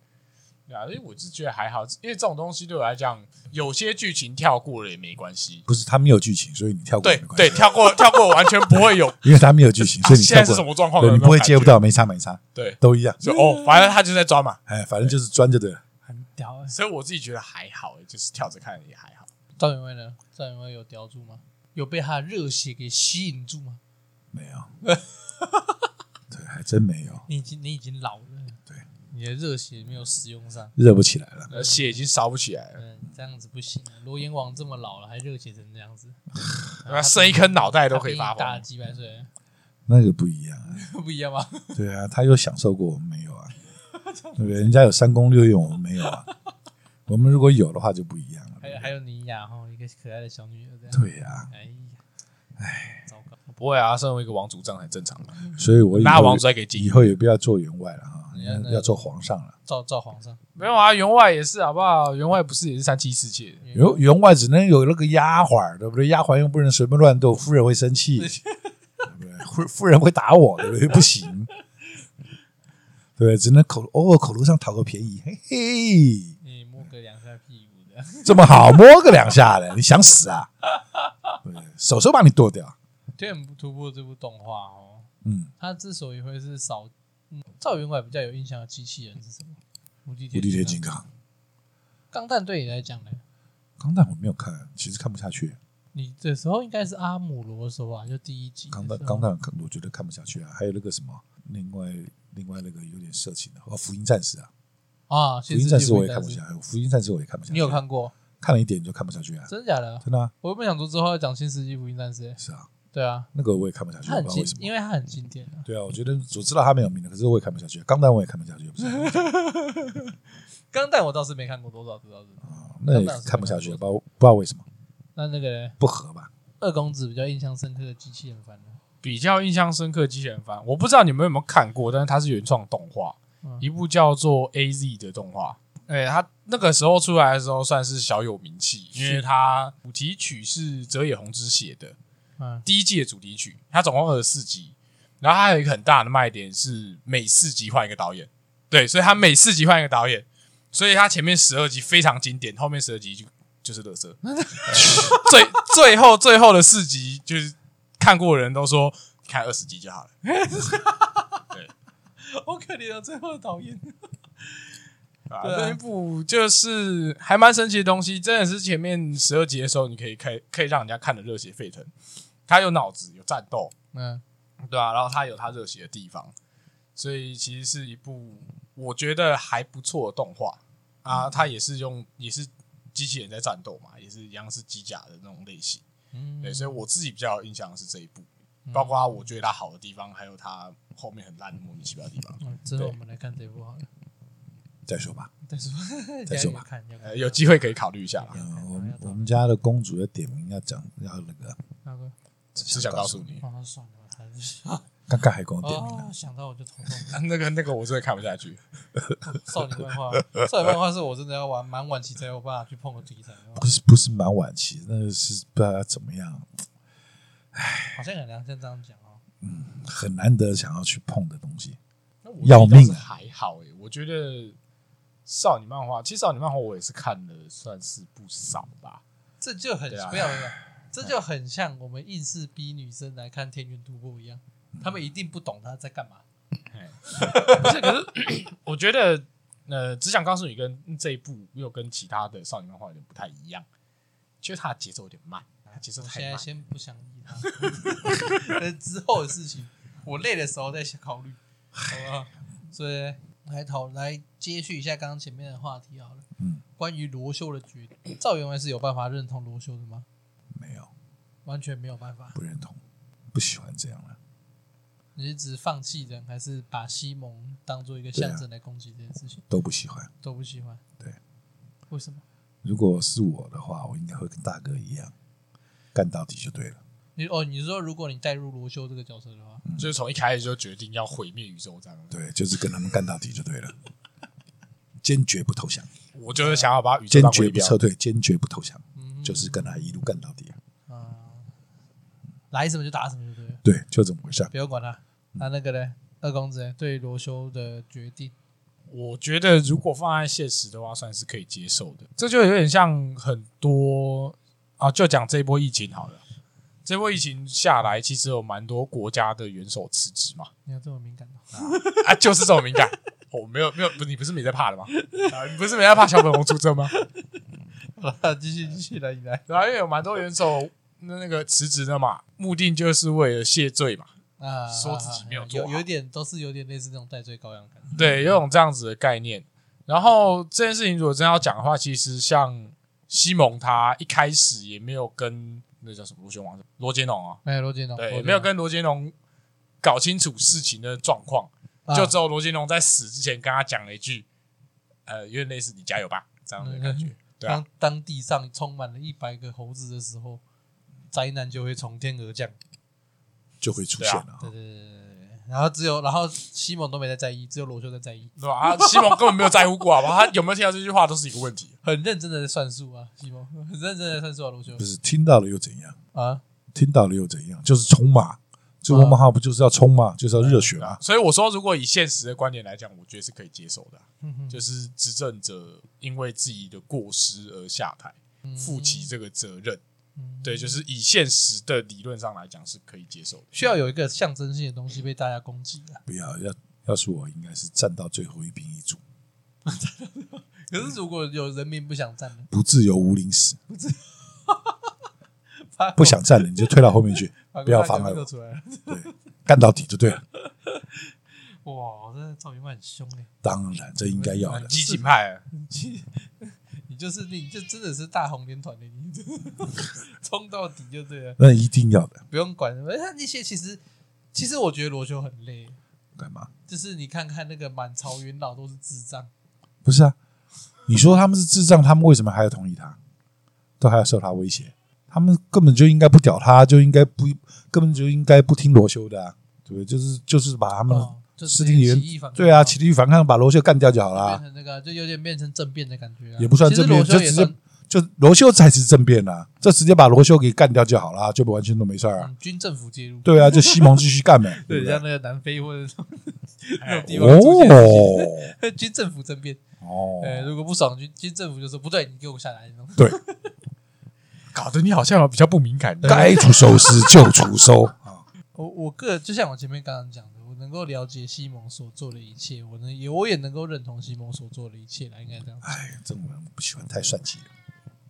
对啊，因为我是觉得还好，因为这种东西对我来讲，有些剧情跳过了也没关系。
不是他没有剧情，所以你跳过
对
没关
对，
系。
跳过跳过完全不会有。
因为他没有剧情，
啊
所以你
现在
跳
是
过
什么状况？
对
有
你
没有
不会
感
接不
觉。
到，没差没差，
对，
都一样。
就哦，反正他就在抓嘛。
哎，反正就是钻就对了。
很屌欸。
所以我自己觉得还好、就是跳着看也还好。
赵云威呢？赵云威有叼住吗？有被他的热血给吸引住吗？
*laughs*
没有，对，还真没有，
你已经你已经老了，
对，
你的热血没有使用上，
热不起来了。
呃，血已经烧不起来了，
嗯，这样子不行啊。罗阎王这么老了，还热血成这样子，
那剩一颗脑袋
他
都可以
比
发
你大了
疯。
几百岁，
那个不一样啊，
不一样吗？
对啊，他有享受过，我们没有
*laughs*
啊，对不对？人家有三宫六院，我们没有啊。我们如果有的话就不一样了。
还有还有尼亚哈，一个可爱的小女儿这样。
对啊呀、
哎呀，哎，糟糕，
不会啊，身为一个王族，这样很正常嘛。
所以我以
拉王
后
族还给金
以，后也不要做员外了啊
你看那，
要做皇上了。
赵赵皇上，
没有啊，员外也是好不好？员外不是也是三妻四妾？
员员外只能有那个丫鬟，对不对？丫鬟又不能随便乱斗，夫人会生气，对不对？夫夫人会打我，对不对？不行， *laughs* 对不对？只能口偶尔口头上讨个便宜，嘿嘿，
你摸个两下屁股的，
这么好摸个两下的，你想死啊？对不对手手把你剁掉，
对，很突破这部动画哦。
嗯，
他之所以会是少，嗯，赵员外比较有印象的机器人是什么？无敌
无敌铁
铁
金刚，
钢弹对你来讲呢？
钢弹我没有看，其实看不下去，
你这时候应该是阿姆罗的时候吧，就第一集的
钢弹
时候
钢弹我觉得看不下去啊。还有那个什么，另外另外那个有点色情的，哦，福音战士啊，
啊，
福
新
音
世
战
纪
士我也
战
看不下去，福音战士我也看不下去。
你有？看过？
看了一点就看不下去啊，
真的假的？
真的啊，
我原本想说之后要讲新世纪福音战士，
是啊，
对啊，
那个我也看不下去，
它
我
很
不知
经
道为什，么。
因为它很经典啊。
对啊，我觉得我知道他没有名的，可是我也看不下去。钢弹我也看不下
*laughs*
去，不是啊，
钢弹我倒是没看过多少，不知道是不是。
那也看不下去，不知道不知道为什么
那那个嘞
不合吧？
二公子比较印象深刻的机器人番呢？
比较印象深刻的机器人番，我不知道你们有没有看过，但是它是原创动画，
嗯
一部叫做 A Z 的动画。哎、它那个时候出来的时候算是小有名气，因为它主题曲是泽野弘之写的，
*laughs*
嗯
第一季的主题曲，它总共二十四集，然后它还有一个很大的卖点是每四集换一个导演，对，所以它每四集换一个导演，所以它前面十二集非常经典，后面十二集就就是乐色，最最后最后的四集就是看过的人都说看二十集就好了，
好可怜啊，最后的导演。
啊
对啊
这一部就是还蛮神奇的东西，真的是前面十二集的时候，你可以看，可以让人家看得热血沸腾，它有脑子，有战斗，
嗯，
对啊，然后它有它热血的地方，所以其实是一部我觉得还不错的动画啊。它也是用也是机器人在战斗嘛，也是一样是机甲的那种类型。
嗯
对，所以我自己比较有印象的是这一部，包括我觉得它好的地方，还有它后面很烂的莫名其妙的地方。
嗯之后我们来看这部好了。
再说吧。
再说，
再说吧
*laughs* 要
哎
看，要
呃，
看，
有机会可以考虑一下啦，
嗯，
看
我们
要找
我们家的公主要点名要讲要那个，
那个，
只想告诉你，
哦，那算了，我还是啊
刚刚还跟我点名了，
哦，想到我就头痛。
啊 *laughs* 那个那个我真的看不下去。
*laughs* 少女漫画，少女漫画是我真的要玩蛮晚期才有办法去碰的题材，
不是不是蛮晚期，那个是不知道要怎么样，
好像很难像这样讲哦。
很难得想要去碰的东西。
那我
要命啊
觉得倒是还好诶、我觉得少女漫画，其实少女漫画我也是看了算是不少吧。
这就很
对啊
不要不要，这就很像我们硬是逼女生来看《天元突破》一样，
嗯
他们一定不懂他在干嘛。
不是，可是我觉得呃，只想告诉你跟，这一部又跟其他的少女漫画有点不太一样，就是它的节奏有点慢，它节奏
我
太
现在
慢。
先不想理他，等 *laughs* 之后的事情，我累的时候再考虑，好不好？所以来讨来接续一下刚刚前面的话题好了。
嗯，
关于罗修的决定，赵员外是有办法认同罗修的吗？
没有，
完全没有办法。
不认同，不喜欢这样了。
你是只放弃人，还是把西蒙当做一个象征来攻击这件事情？
都不喜欢。
都不喜欢。
对，
为什么？
如果是我的话，我应该会跟大哥一样，干到底就对了。
你哦，你是说如果你带入罗修这个角色的话，
就是从一开始就决定要毁灭宇宙这样，
对，就是跟他们干到底就对了， *laughs* 坚决不投降，
我就是想要把宇宙
坚
当
决
毁
不
掉。
撤退，坚决不投降，
嗯，
就是跟他一路干到底啊。
啊、来什么就打什么就对了，
对，就这么回事啊。
不要管他。那那个呢？二公子呢对罗修的决定，
我觉得如果放在现实的话，算是可以接受的。这就有点像很多啊，就讲这一波疫情好了。这波疫情下来，其实有蛮多国家的元首辞职嘛， *laughs*
你要这么敏感哦、
啊，就是这种敏感。我、没有没有，不，你不是没在怕的吗？啊，你不是没在怕小粉红出征吗？
好了，继续继续来，你来
对啊，因为有蛮多元首那那个辞职的嘛，目的就是为了谢罪嘛。
啊，
说自己没有做
有
好嗯
有一点都是有点类似那种戴罪羔羊的感觉。
对，有种这样子的概念。然后这件事情如果真要讲的话，其实像西蒙他一开始也没有跟那叫什么罗旋王罗杰农啊，
哎，罗杰农，罗杰
对，
农
没有跟罗杰农搞清楚事情的状况，
啊
就只有罗杰农在死之前跟他讲了一句，呃，有点类似“你加油吧”这样的感
*laughs*
觉。对啊
当，嗯当地上充满了一百个猴子的时候，灾难就会从天而降。
就会出现了啊
对啊
哈。
对对对对对。然后只有，然后西蒙都没在在意，只有罗修在在意，
对吧？啊西蒙根本没有在乎过，好不好？他有没有听到这句话都是一个问题。
很认真的在算数啊，西蒙很认真的算数啊，罗修
不是听到了又怎样？
啊，
听到了又怎样？就是冲嘛，这文漫号不就是要冲嘛，就是要热血
对啊
嘛。
所以我说，如果以现实的观点来讲，我觉得是可以接受的啊、
嗯哼
就是执政者因为自己的过失而下台，
嗯
负起这个责任。
嗯
对，就是以现实的理论上来讲是可以接受的。
需要有一个象征性的东西被大家攻击啊。
不要要，要是我应该是站到最后一兵一卒，
可是如果有人民不想站呢？
不自由无宁死。
法国
不想站
*laughs*
了，你就推到后面去，
法国
不要
大革
妨
命
碍
都
我，
出来了。
干到底就对了。
哇，我真的赵云万很凶哎，
当然，这应该要的。
激进派啊，
你就是你就真的是大红连团的，你 *laughs* 冲到底就对了，
那一定要的，
不用管什么。那那些其实其实我觉得罗修很累，
干嘛？
就是你看看那个满朝元老都是智障，
不是啊，你说他们是智障，他们为什么还要同意他？都还要受他威胁？他们根本就应该不屌他，就应该不，根本就应该不听罗修的、啊，对不对？就是就是把他们、
哦就
私定嗯员
起义反抗
对啊，起立反抗，把罗修干掉就好
就变
啦。
成那个啊就有点变成政变的感觉啊，
也不算
其实
政变
罗修
就
也
直接
算
就罗修才是政变啦、这直接把罗修给干掉就好啦，啊就完全都没事儿啊。
嗯军政府介入，
对啊，就西蒙继续干呗，
*laughs* 对，
对不
像
对？
那个南非或者什么 *laughs* 那种地方出现
哦
军政府政变，
哦，
呃，如果不爽，军军政府就说不对，你给我下来，你知道吗
搞得你好像比较不敏感。
该出收拾就出收啊，
我我个人就像我前面刚刚讲的，我能够了解西蒙所做的一切，我能也我也能够认同西蒙所做的一切啦，应该这样讲。
哎这种人不喜欢太算计了，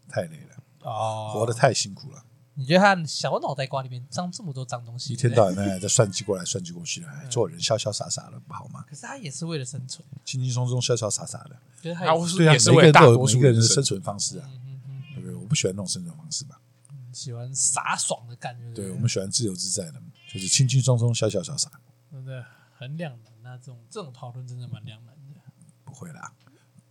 太累了，
哦
活得太辛苦了，
你觉得他小脑袋瓜里面装这么多脏东西，
一
对
天
不
到
对
晚呢在算计过来算计过去的，哎做人潇潇洒洒的不好吗？
可是他也是为了生存，
轻轻松松潇潇洒洒的，
就是他
他
也是
我是
对啊，
也是
每个
为
人
大
都有
多
每
数
个人的
的
生存方式
嗯
啊，
嗯嗯
对不对？我不喜欢那种生存方式吧。
嗯喜欢傻爽的感觉，
对
不
我们喜欢自由自在的，就是轻轻松松、潇潇洒洒，
真的很两难啊，这种这种讨论真的蛮两难的，
不会啦。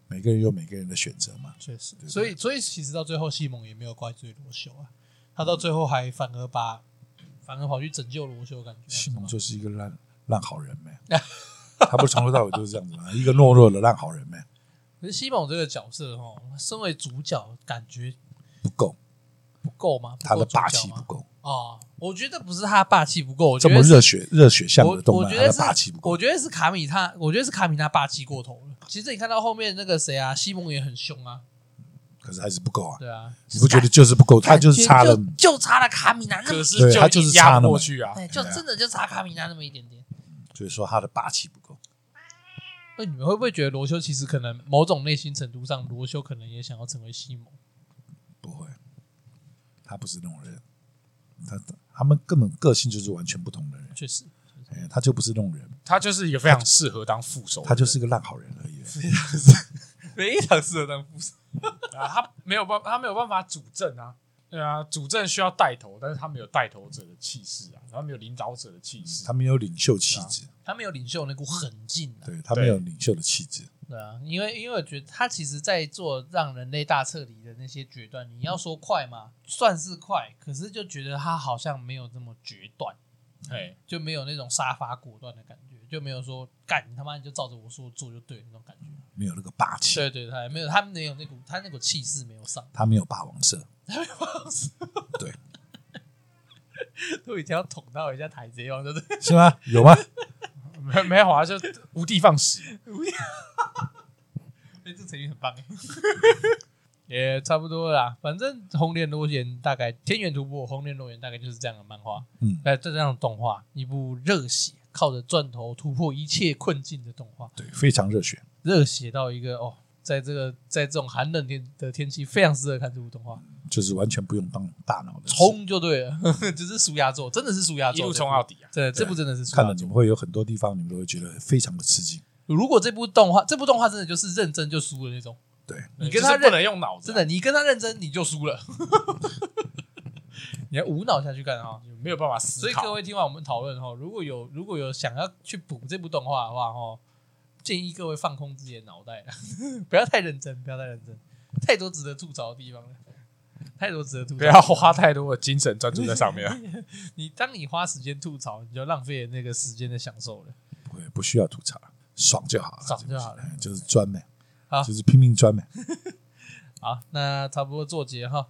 每个人有每个人的选择嘛，
确实。所以所以其实到最后，西蒙也没有怪罪罗修啊，他到最后还反而把反而跑去拯救罗修，的感觉啊
西蒙
是吗
就是一个烂烂好人呗，他不是从头到尾都是这样子吗？一个懦弱的烂好人呗，
可是西蒙这个角色哦，身为主角，感觉
不够，
不够吗？
他
不够
的
主角
霸气
吗
不够，
哦，我觉得不是他霸气不够，我觉
这
得
么
是
热血热血向的
我
动
我
漫，
觉
他
得
的
是
霸气不够啊
我，觉得是卡米他，我觉得是卡米他霸气过头了。其实你看到后面那个谁啊，西蒙也很凶啊，
可是还是不够啊！
对啊，
你不觉得就是不够？他
感觉
是差了，
就就差了卡米娜那么
可，
对
是
他
就
就是
已经
差
压
那
不
么
过去啊，
哎，就
对啊
真的就差卡米娜那么一点点。
所以说他的霸气不够。
那你们会不会觉得罗修其实可能某种内心程度上，罗修可能也想要成为西蒙？
不会，他不是那种人，他他们根本个性就是完全不同的人，
确实，
哎他就不是那种人，
他就是一个非常适合当副手的人，
他就是个烂好人而已。
非常适合当副手。
啊，他没有办，他没有办法主政啊。对啊，主政需要带头，但是他没有带头者的气势啊，他没有领导者的气势。
他没有领袖
啊
气质，
他没有领袖那股狠劲啊，
对他没有领袖的气质，
对啊，因为因为我觉得他其实在做让人类大撤离的那些决断，你要说快嘛，算是快，可是就觉得他好像没有这么决断，
哎，
就没有那种杀伐果断的感觉，就没有说干你他妈你就照着我说做就对那种感觉。
没有那个霸气，
对对，他也没有，他没有那股他那股气势没有上，
他没有霸王色，
*laughs* 都已经要捅到人家台阶了，对不对？
是吗？有吗？
没没有啊，就无地放矢。
哎，这成语很棒 *laughs* 哎。也差不多啦，反正《红莲罗园》大概《天元突破》《红莲罗园》大概就是这样的漫画，
嗯
哎，这样的动画，一部热血靠着钻头突破一切困境的动画，
对，非常热血，
热血到一个哦，在这个在这种寒冷天的天气，非常适合看这部动画，
就是完全不用当大脑的事，
冲就对了， *laughs* 只是舒压座，真的是舒压座，
一路冲到底啊
这部对，这部真的是舒
看
压
了你
座。
们会有很多地方，你们都会觉得非常的吃惊。
如果这部动画，这部动画真的就是认真就输的那种，
对，
你跟他
就是
认
不能用脑子
真
啊，
的，你跟他认真你就输了， *laughs* 你要无脑下去干啊！
没有办法
所
思考。
以各位听完我们讨论后，如果有如果有想要去补这部动画的话，哈，建议各位放空自己的脑袋， *laughs* 不要太认真，不要太认真，太多值得吐槽的地方了，太多值得吐槽。
不要花太多的精神专注在
*laughs*
上面啊。
你当你花时间吐槽，你就浪费了那个时间的享受了。
不会不需要吐槽，爽就好了，
爽就好了
这部戏，哎就是专呗
好，
就是拼命专呗。
好，那差不多做结哈。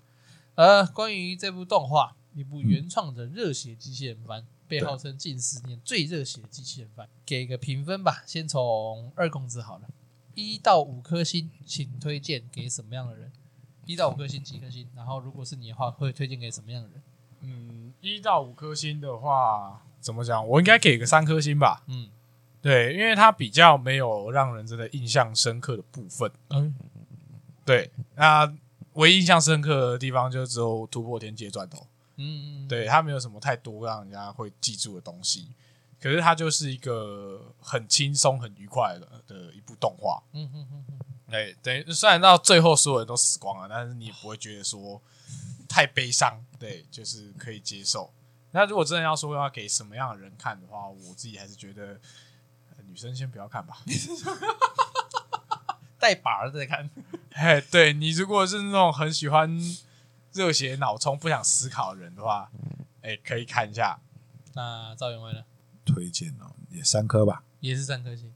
呃，关于这部动画，一部原创的热血机器人番，被号称近十年最热血的机器人番，给个评分吧。先从二公子好了，一到五颗星，请推荐给什么样的人？一到五颗星，几颗星？然后如果是你的话，会推荐给什么样的人？
嗯，一到五颗星的话，怎么讲？我应该给个三颗星吧。
嗯，
对，因为它比较没有让人真的印象深刻的部分。
嗯
对，那唯一印象深刻的地方就只有突破天界钻头。
嗯，嗯，
对，它没有什么太多让人家会记住的东西，可是它就是一个很轻松、很愉快的的一部动画。
嗯嗯嗯嗯，
哎，等于虽然到最后所有人都死光了，但是你也不会觉得说太悲伤，对，就是可以接受。那如果真的要说要给什么样的人看的话，我自己还是觉得、呃女生先不要看吧。 *laughs*
带把儿在看， *laughs*
哎，对你如果是那种很喜欢热血脑充、不想思考的人的话，哎，可以看一下。
那赵员外呢？
推荐哦，也三颗吧，
也是三颗星。。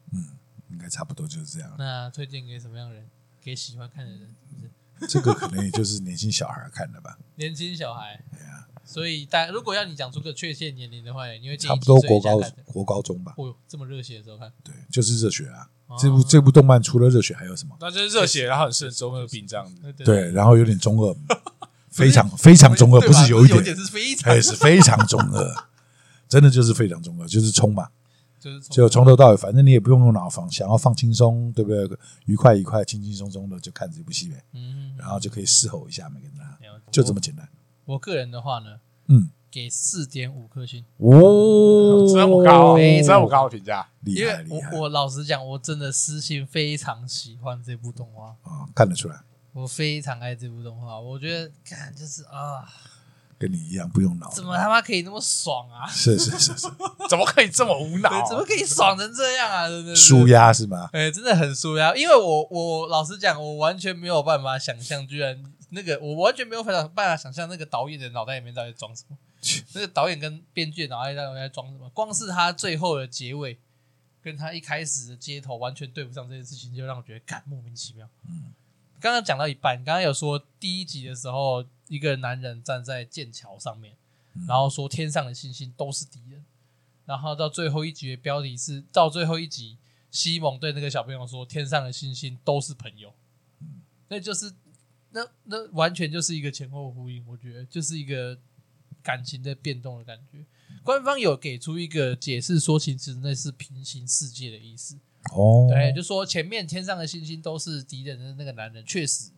应该差不多就是这样
那推荐给什么样的人？给喜欢看的人，是不是
这个可能也就是年轻小孩看的
*laughs*
吧，
年轻小孩。
对啊，
所以大，如果要你讲出个确切年龄的话，你会建议
差不多
几岁
国
以下
高
看的
国高中吧，
哦呦，这么热血的时候看，
对，就是热血啊。
哦
这部这部动漫除了热血还有什么？
那就是热血，然后很顺中二病这样子。
对对
对，然后有点
*laughs*
中二，非常非常中二，
对
不
吧
是有一
有
点，
是非常
哎，是非常中二， *laughs* 真的就是非常中二，就是冲嘛，
就是从
就从头到尾，反正你也不用用脑放，想要放轻松，对不对？愉快愉快，轻轻松松的就看这部戏呗，
嗯，
然后就可以嘶吼一下每个人啊，
了解
就这么简单。
我个人的话呢，
嗯，
给四点五颗星，
哦，
这么高，
非
这
常
么高的评价，
厉
因
害
为
厉害
我我老实讲，我真的私心非常喜欢这部动画，
啊，看得出来，
我非常爱这部动画，我觉得看就是啊，
跟你一样不用脑，
怎么他妈可以那么爽啊？
是是是是，
怎么可以这么无脑？啊
对，怎么可以
*laughs*
爽成这样啊？真的是
舒压是吗？
哎、真的很舒压，因为我我老实讲，我完全没有办法想象，居然那个我完全没有办法办法想象那个导演的脑袋里面到底在装什么
切，
那个导演跟编剧的脑袋到底在装什么？光是他最后的结尾，跟他一开始的街头完全对不上这件事情，就让我觉得感莫名其妙。
嗯
刚刚讲到一半，刚刚有说第一集的时候，一个男人站在剑桥上面，
嗯
然后说天上的星星都是敌人，然后到最后一集的标题是到最后一集，西蒙对那个小朋友说天上的星星都是朋友，那就是那那完全就是一个前后呼应，我觉得就是一个感情的变动的感觉。官方有给出一个解释，说其实那是平行世界的意思。
哦，
对，就说前面天上的星星都是敌人的那个男人，确实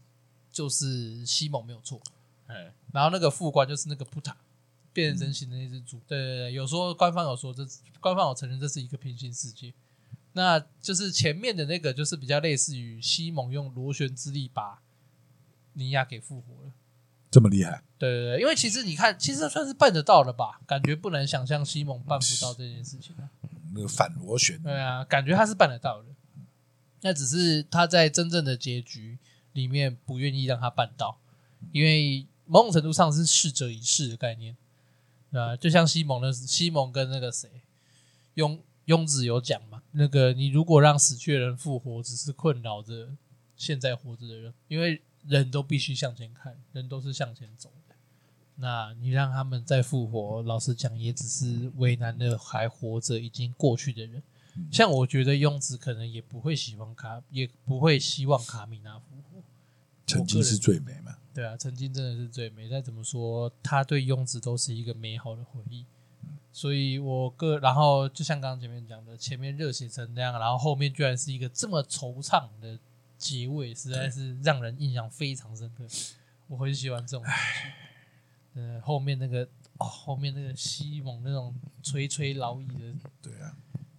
就是西蒙没有错。
哎
然后那个副官就是那个布塔变成人形的那只猪。对对对，有说官方有说这，官方有承认这是一个平行世界。那就是前面的那个，就是比较类似于西蒙用螺旋之力把尼亚给复活了。
这么厉害，
对对对，因为其实你看，其实算是办得到了吧？感觉不难想象西蒙办不到这件事情啊、
嗯那个反螺旋，嗯
对啊，感觉他是办得到的，那只是他在真正的结局里面不愿意让他办到，因为某种程度上是逝者已逝的概念，对啊，就像西蒙的西蒙跟那个谁庸庸子有讲嘛，那个你如果让死去的人复活，只是困扰着现在活着的人，因为人都必须向前看，人都是向前走的。那你让他们再复活，老实讲，也只是为难了还活着已经过去的人。像我觉得庸子可能也不会喜欢卡，也不会希望卡米娜复活。
曾经是最美嘛，
对啊，曾经真的是最美。再怎么说，他对庸子都是一个美好的回忆。所以我个，然后就像刚刚前面讲的，前面热血成那样，然后后面居然是一个这么惆怅的结尾，实在是让人印象非常深刻。我很喜欢这种东西。呃，后面那个哦，后面那个西蒙那种垂垂老矣的
对啊，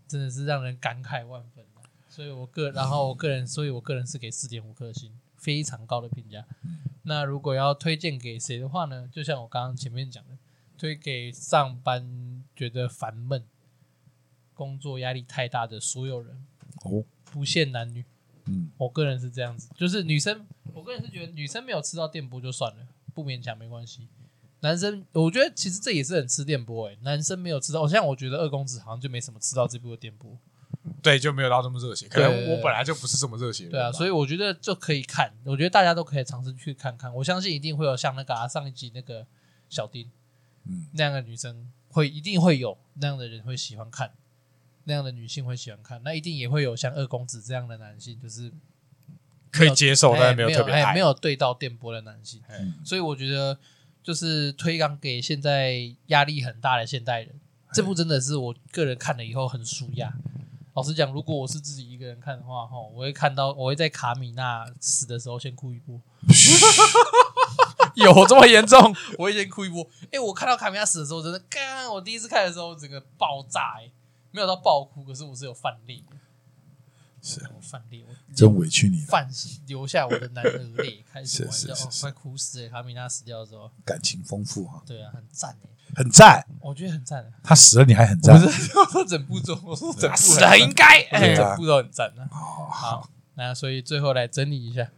真的是让人感慨万分啊所以我个，然后我个人，所以我个人是给四点五颗星，非常高的评价。那如果要推荐给谁的话呢？就像我刚刚前面讲的，推给上班觉得烦闷、工作压力太大的所有人，
哦，
不限男女。
嗯，
我个人是这样子，就是女生，我个人是觉得女生没有吃到电波就算了，不勉强没关系。男生，我觉得其实这也是很吃电波诶、欸男生没有吃到，像我觉得二公子好像就没什么吃到这部的电波。
对，就没有到这么热血。可
对
能我本来就不是这么热血的人吧。
对啊，所以我觉得就可以看，我觉得大家都可以尝试去看看。我相信一定会有像那个、啊、上一集那个小丁，
嗯，
那样的女生会一定会有那样的人会喜欢看，那样的女性会喜欢看，那一定也会有像二公子这样的男性，就是
可以接受，但
哎
是没有特别
哎
爱
没。有对到电波的男性。
嗯
所以我觉得就是推广给现在压力很大的现代人，这部真的是我个人看了以后很舒压。老实讲，如果我是自己一个人看的话，哈，我会看到，我会在卡米娜死的时候先哭一波，
有这么严重？
我会先哭一波。哎、我看到卡米娜死的时候，真的，刚我第一次看的时候，整个爆炸、哎，没有到爆哭，可是我是有犯裂，
是
我犯裂，
*laughs*
我
真委屈你了，
犯留下我的男人的泪，开始
是
玩
是
笑，
是
哦
是
快哭死了！卡米娜死掉之后，
感情丰富哈，
对啊，很赞哎，
很赞。
我觉得很 *laughs* 赞啊。
他死了你还很
我
赞，
是我说整部中，我说整部
啊
很
死
赞
了应该
哎，
对啊
整部都很赞啊。
哦，
好，那所以最后来整理一下，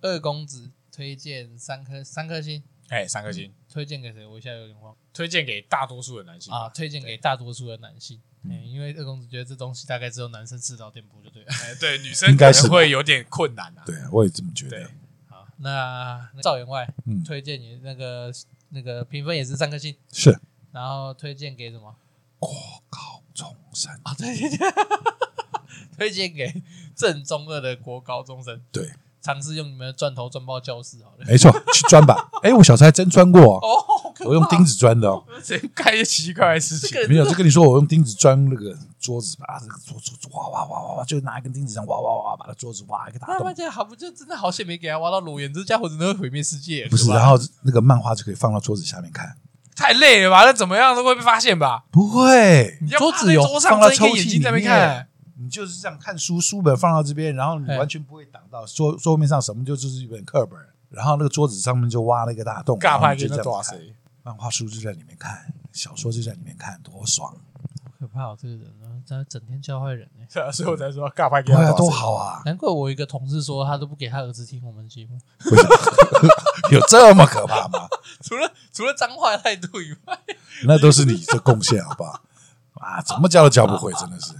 二公子推荐三颗三颗星，
哎，三颗星，
推荐给谁？我一下有点忘了
推荐给大多数的男性
啊，，推荐给大多数的男性。嗯，因为二公子觉得这东西大概只有男生吃到店铺就对了。
哎，对，女生
应
可
该是
能会有点困难啊。
对我也这么觉
对
得。
好， *laughs* 那赵员外
嗯，
推荐你那个那个评分也是三颗星，
是
然后推荐给什么？
国高中生，
啊， *laughs* 推荐 *laughs* 推荐给正中二的国高中生，
对，
尝试用你们的钻头钻爆教室好了。
没错，去钻吧。 *laughs* 哎，我小时候还真钻过
*laughs*
哦，
哦，好可怕
我用钉子钻的哦。
谁干一些奇怪的事
这
情
个？
*laughs*
人
没有，
真
就
的
跟你说，我用钉子钻那个桌子，把这个桌子哇哇哇哇哇，就拿一根钉子这样哇哇哇，把它桌子挖一个大
啊他妈
洞。
这好不就真的好险没给他挖到裸眼，这家伙真的会毁灭世界。
不是，
吧
然后那个漫画就可以放到桌子下面看，
太累了吧？那怎么样都会被发现吧？
不会，
你
桌子有
要趴在桌上
放到
睁一个
抽屉
眼睛在那
里
边看，
你就是这样看书，书本放到这边，然后你
哎
完全不会挡 *laughs* 到桌桌面上什么，就就是一本课本，然后那个桌子上面就挖了一个大洞，
尬
然后
拍
你就
给
这
那
样
多
看。
谁？
漫画书就在里面看，小说就在里面看，多爽！
可怕、哦，这个人啊，他整天教坏人呢、
对啊所以我才说尬拍给
对
他
啊，多，好啊！
难怪我一个同事说他都不给他儿子听我们的节目，
为什么啊 *laughs* 有这么可怕吗？
除了除了脏话态度以外，
*laughs* 那都是你的贡献，好不 *laughs* 好？啊，怎么教都教不会，真的是。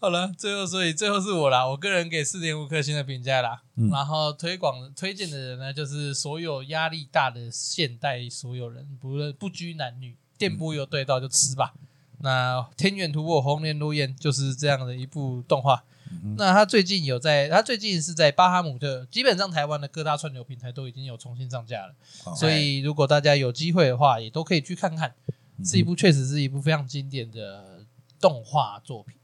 好了，最后所以最后是我啦，我个人给四点五颗星的评价啦。
嗯
然后推广推荐的人呢，就是所有压力大的现代所有人，不论不拘男女，电波有对到就吃吧。那《天远突破》《红莲如焰》就是这样的一部动画。
嗯哼
那他最近有在，他最近是在巴哈姆特，基本上台湾的各大串流平台都已经有重新上架了，
哦
所以如果大家有机会的话，也都可以去看看。
嗯
是一部确实是一部非常经典的动画作品。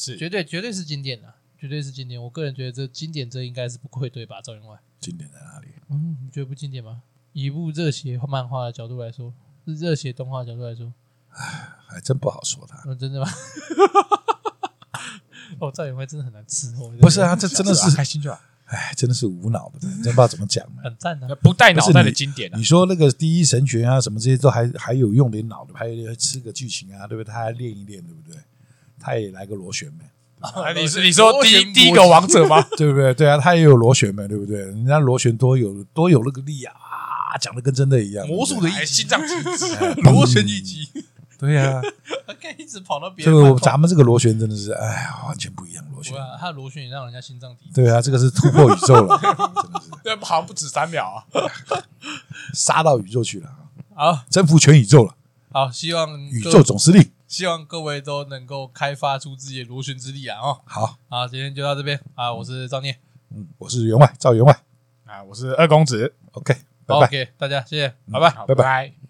是
绝对绝对是经典的、绝对是经典。我个人觉得这经典这应该是不愧对吧，赵员外。
经典在哪里？
嗯，你觉得不经典吗？以一部热血漫画的角度来说，是热血动画的角度来说，
还真不好说他。
嗯，真的吗？ *laughs* 哦，赵员外真的很难哦伺候。
不是啊，这真的
是
是
啊开心就好，
哎，真的是无脑的，真不知道怎么讲呢。
很赞的、啊。 *laughs*
不带 *laughs*
不
脑
是
袋
你
的经典啊
你！说那个第一神拳啊，什么这些都还还有用点脑的，还有吃个剧情啊，对不对？他还练一练，对不对？他也来个螺旋呗，
啊你是你说第
螺旋
一第一个王者吗？
*laughs* 对不对？对啊，他也有螺旋呗，对不对？人家螺旋多有多有那个力啊，啊讲的跟真的一样，
的一心脏停止
哎，
螺旋一击，
对呀、啊，
可以一直跑到别
这
人
个
门
我
口。
咱们这个螺旋真的是，哎呀，完全不一样螺旋
不。啊，他的螺旋也让人家心脏停。
对啊，这个是突破宇宙了，真的是
*laughs* 那好像不止三秒啊！
杀到宇宙去了啊，
好
征服全宇宙了，
好，希望
宇
各
宙总司令。
希望各位都能够开发出自己的螺旋之力啊！哦，
好，
好，今天就到这边啊，我是赵念
嗯，我是员外赵员外
啊，我是二公子，
，OK，拜拜。
，OK，大家谢谢，拜拜。
好
拜拜
拜。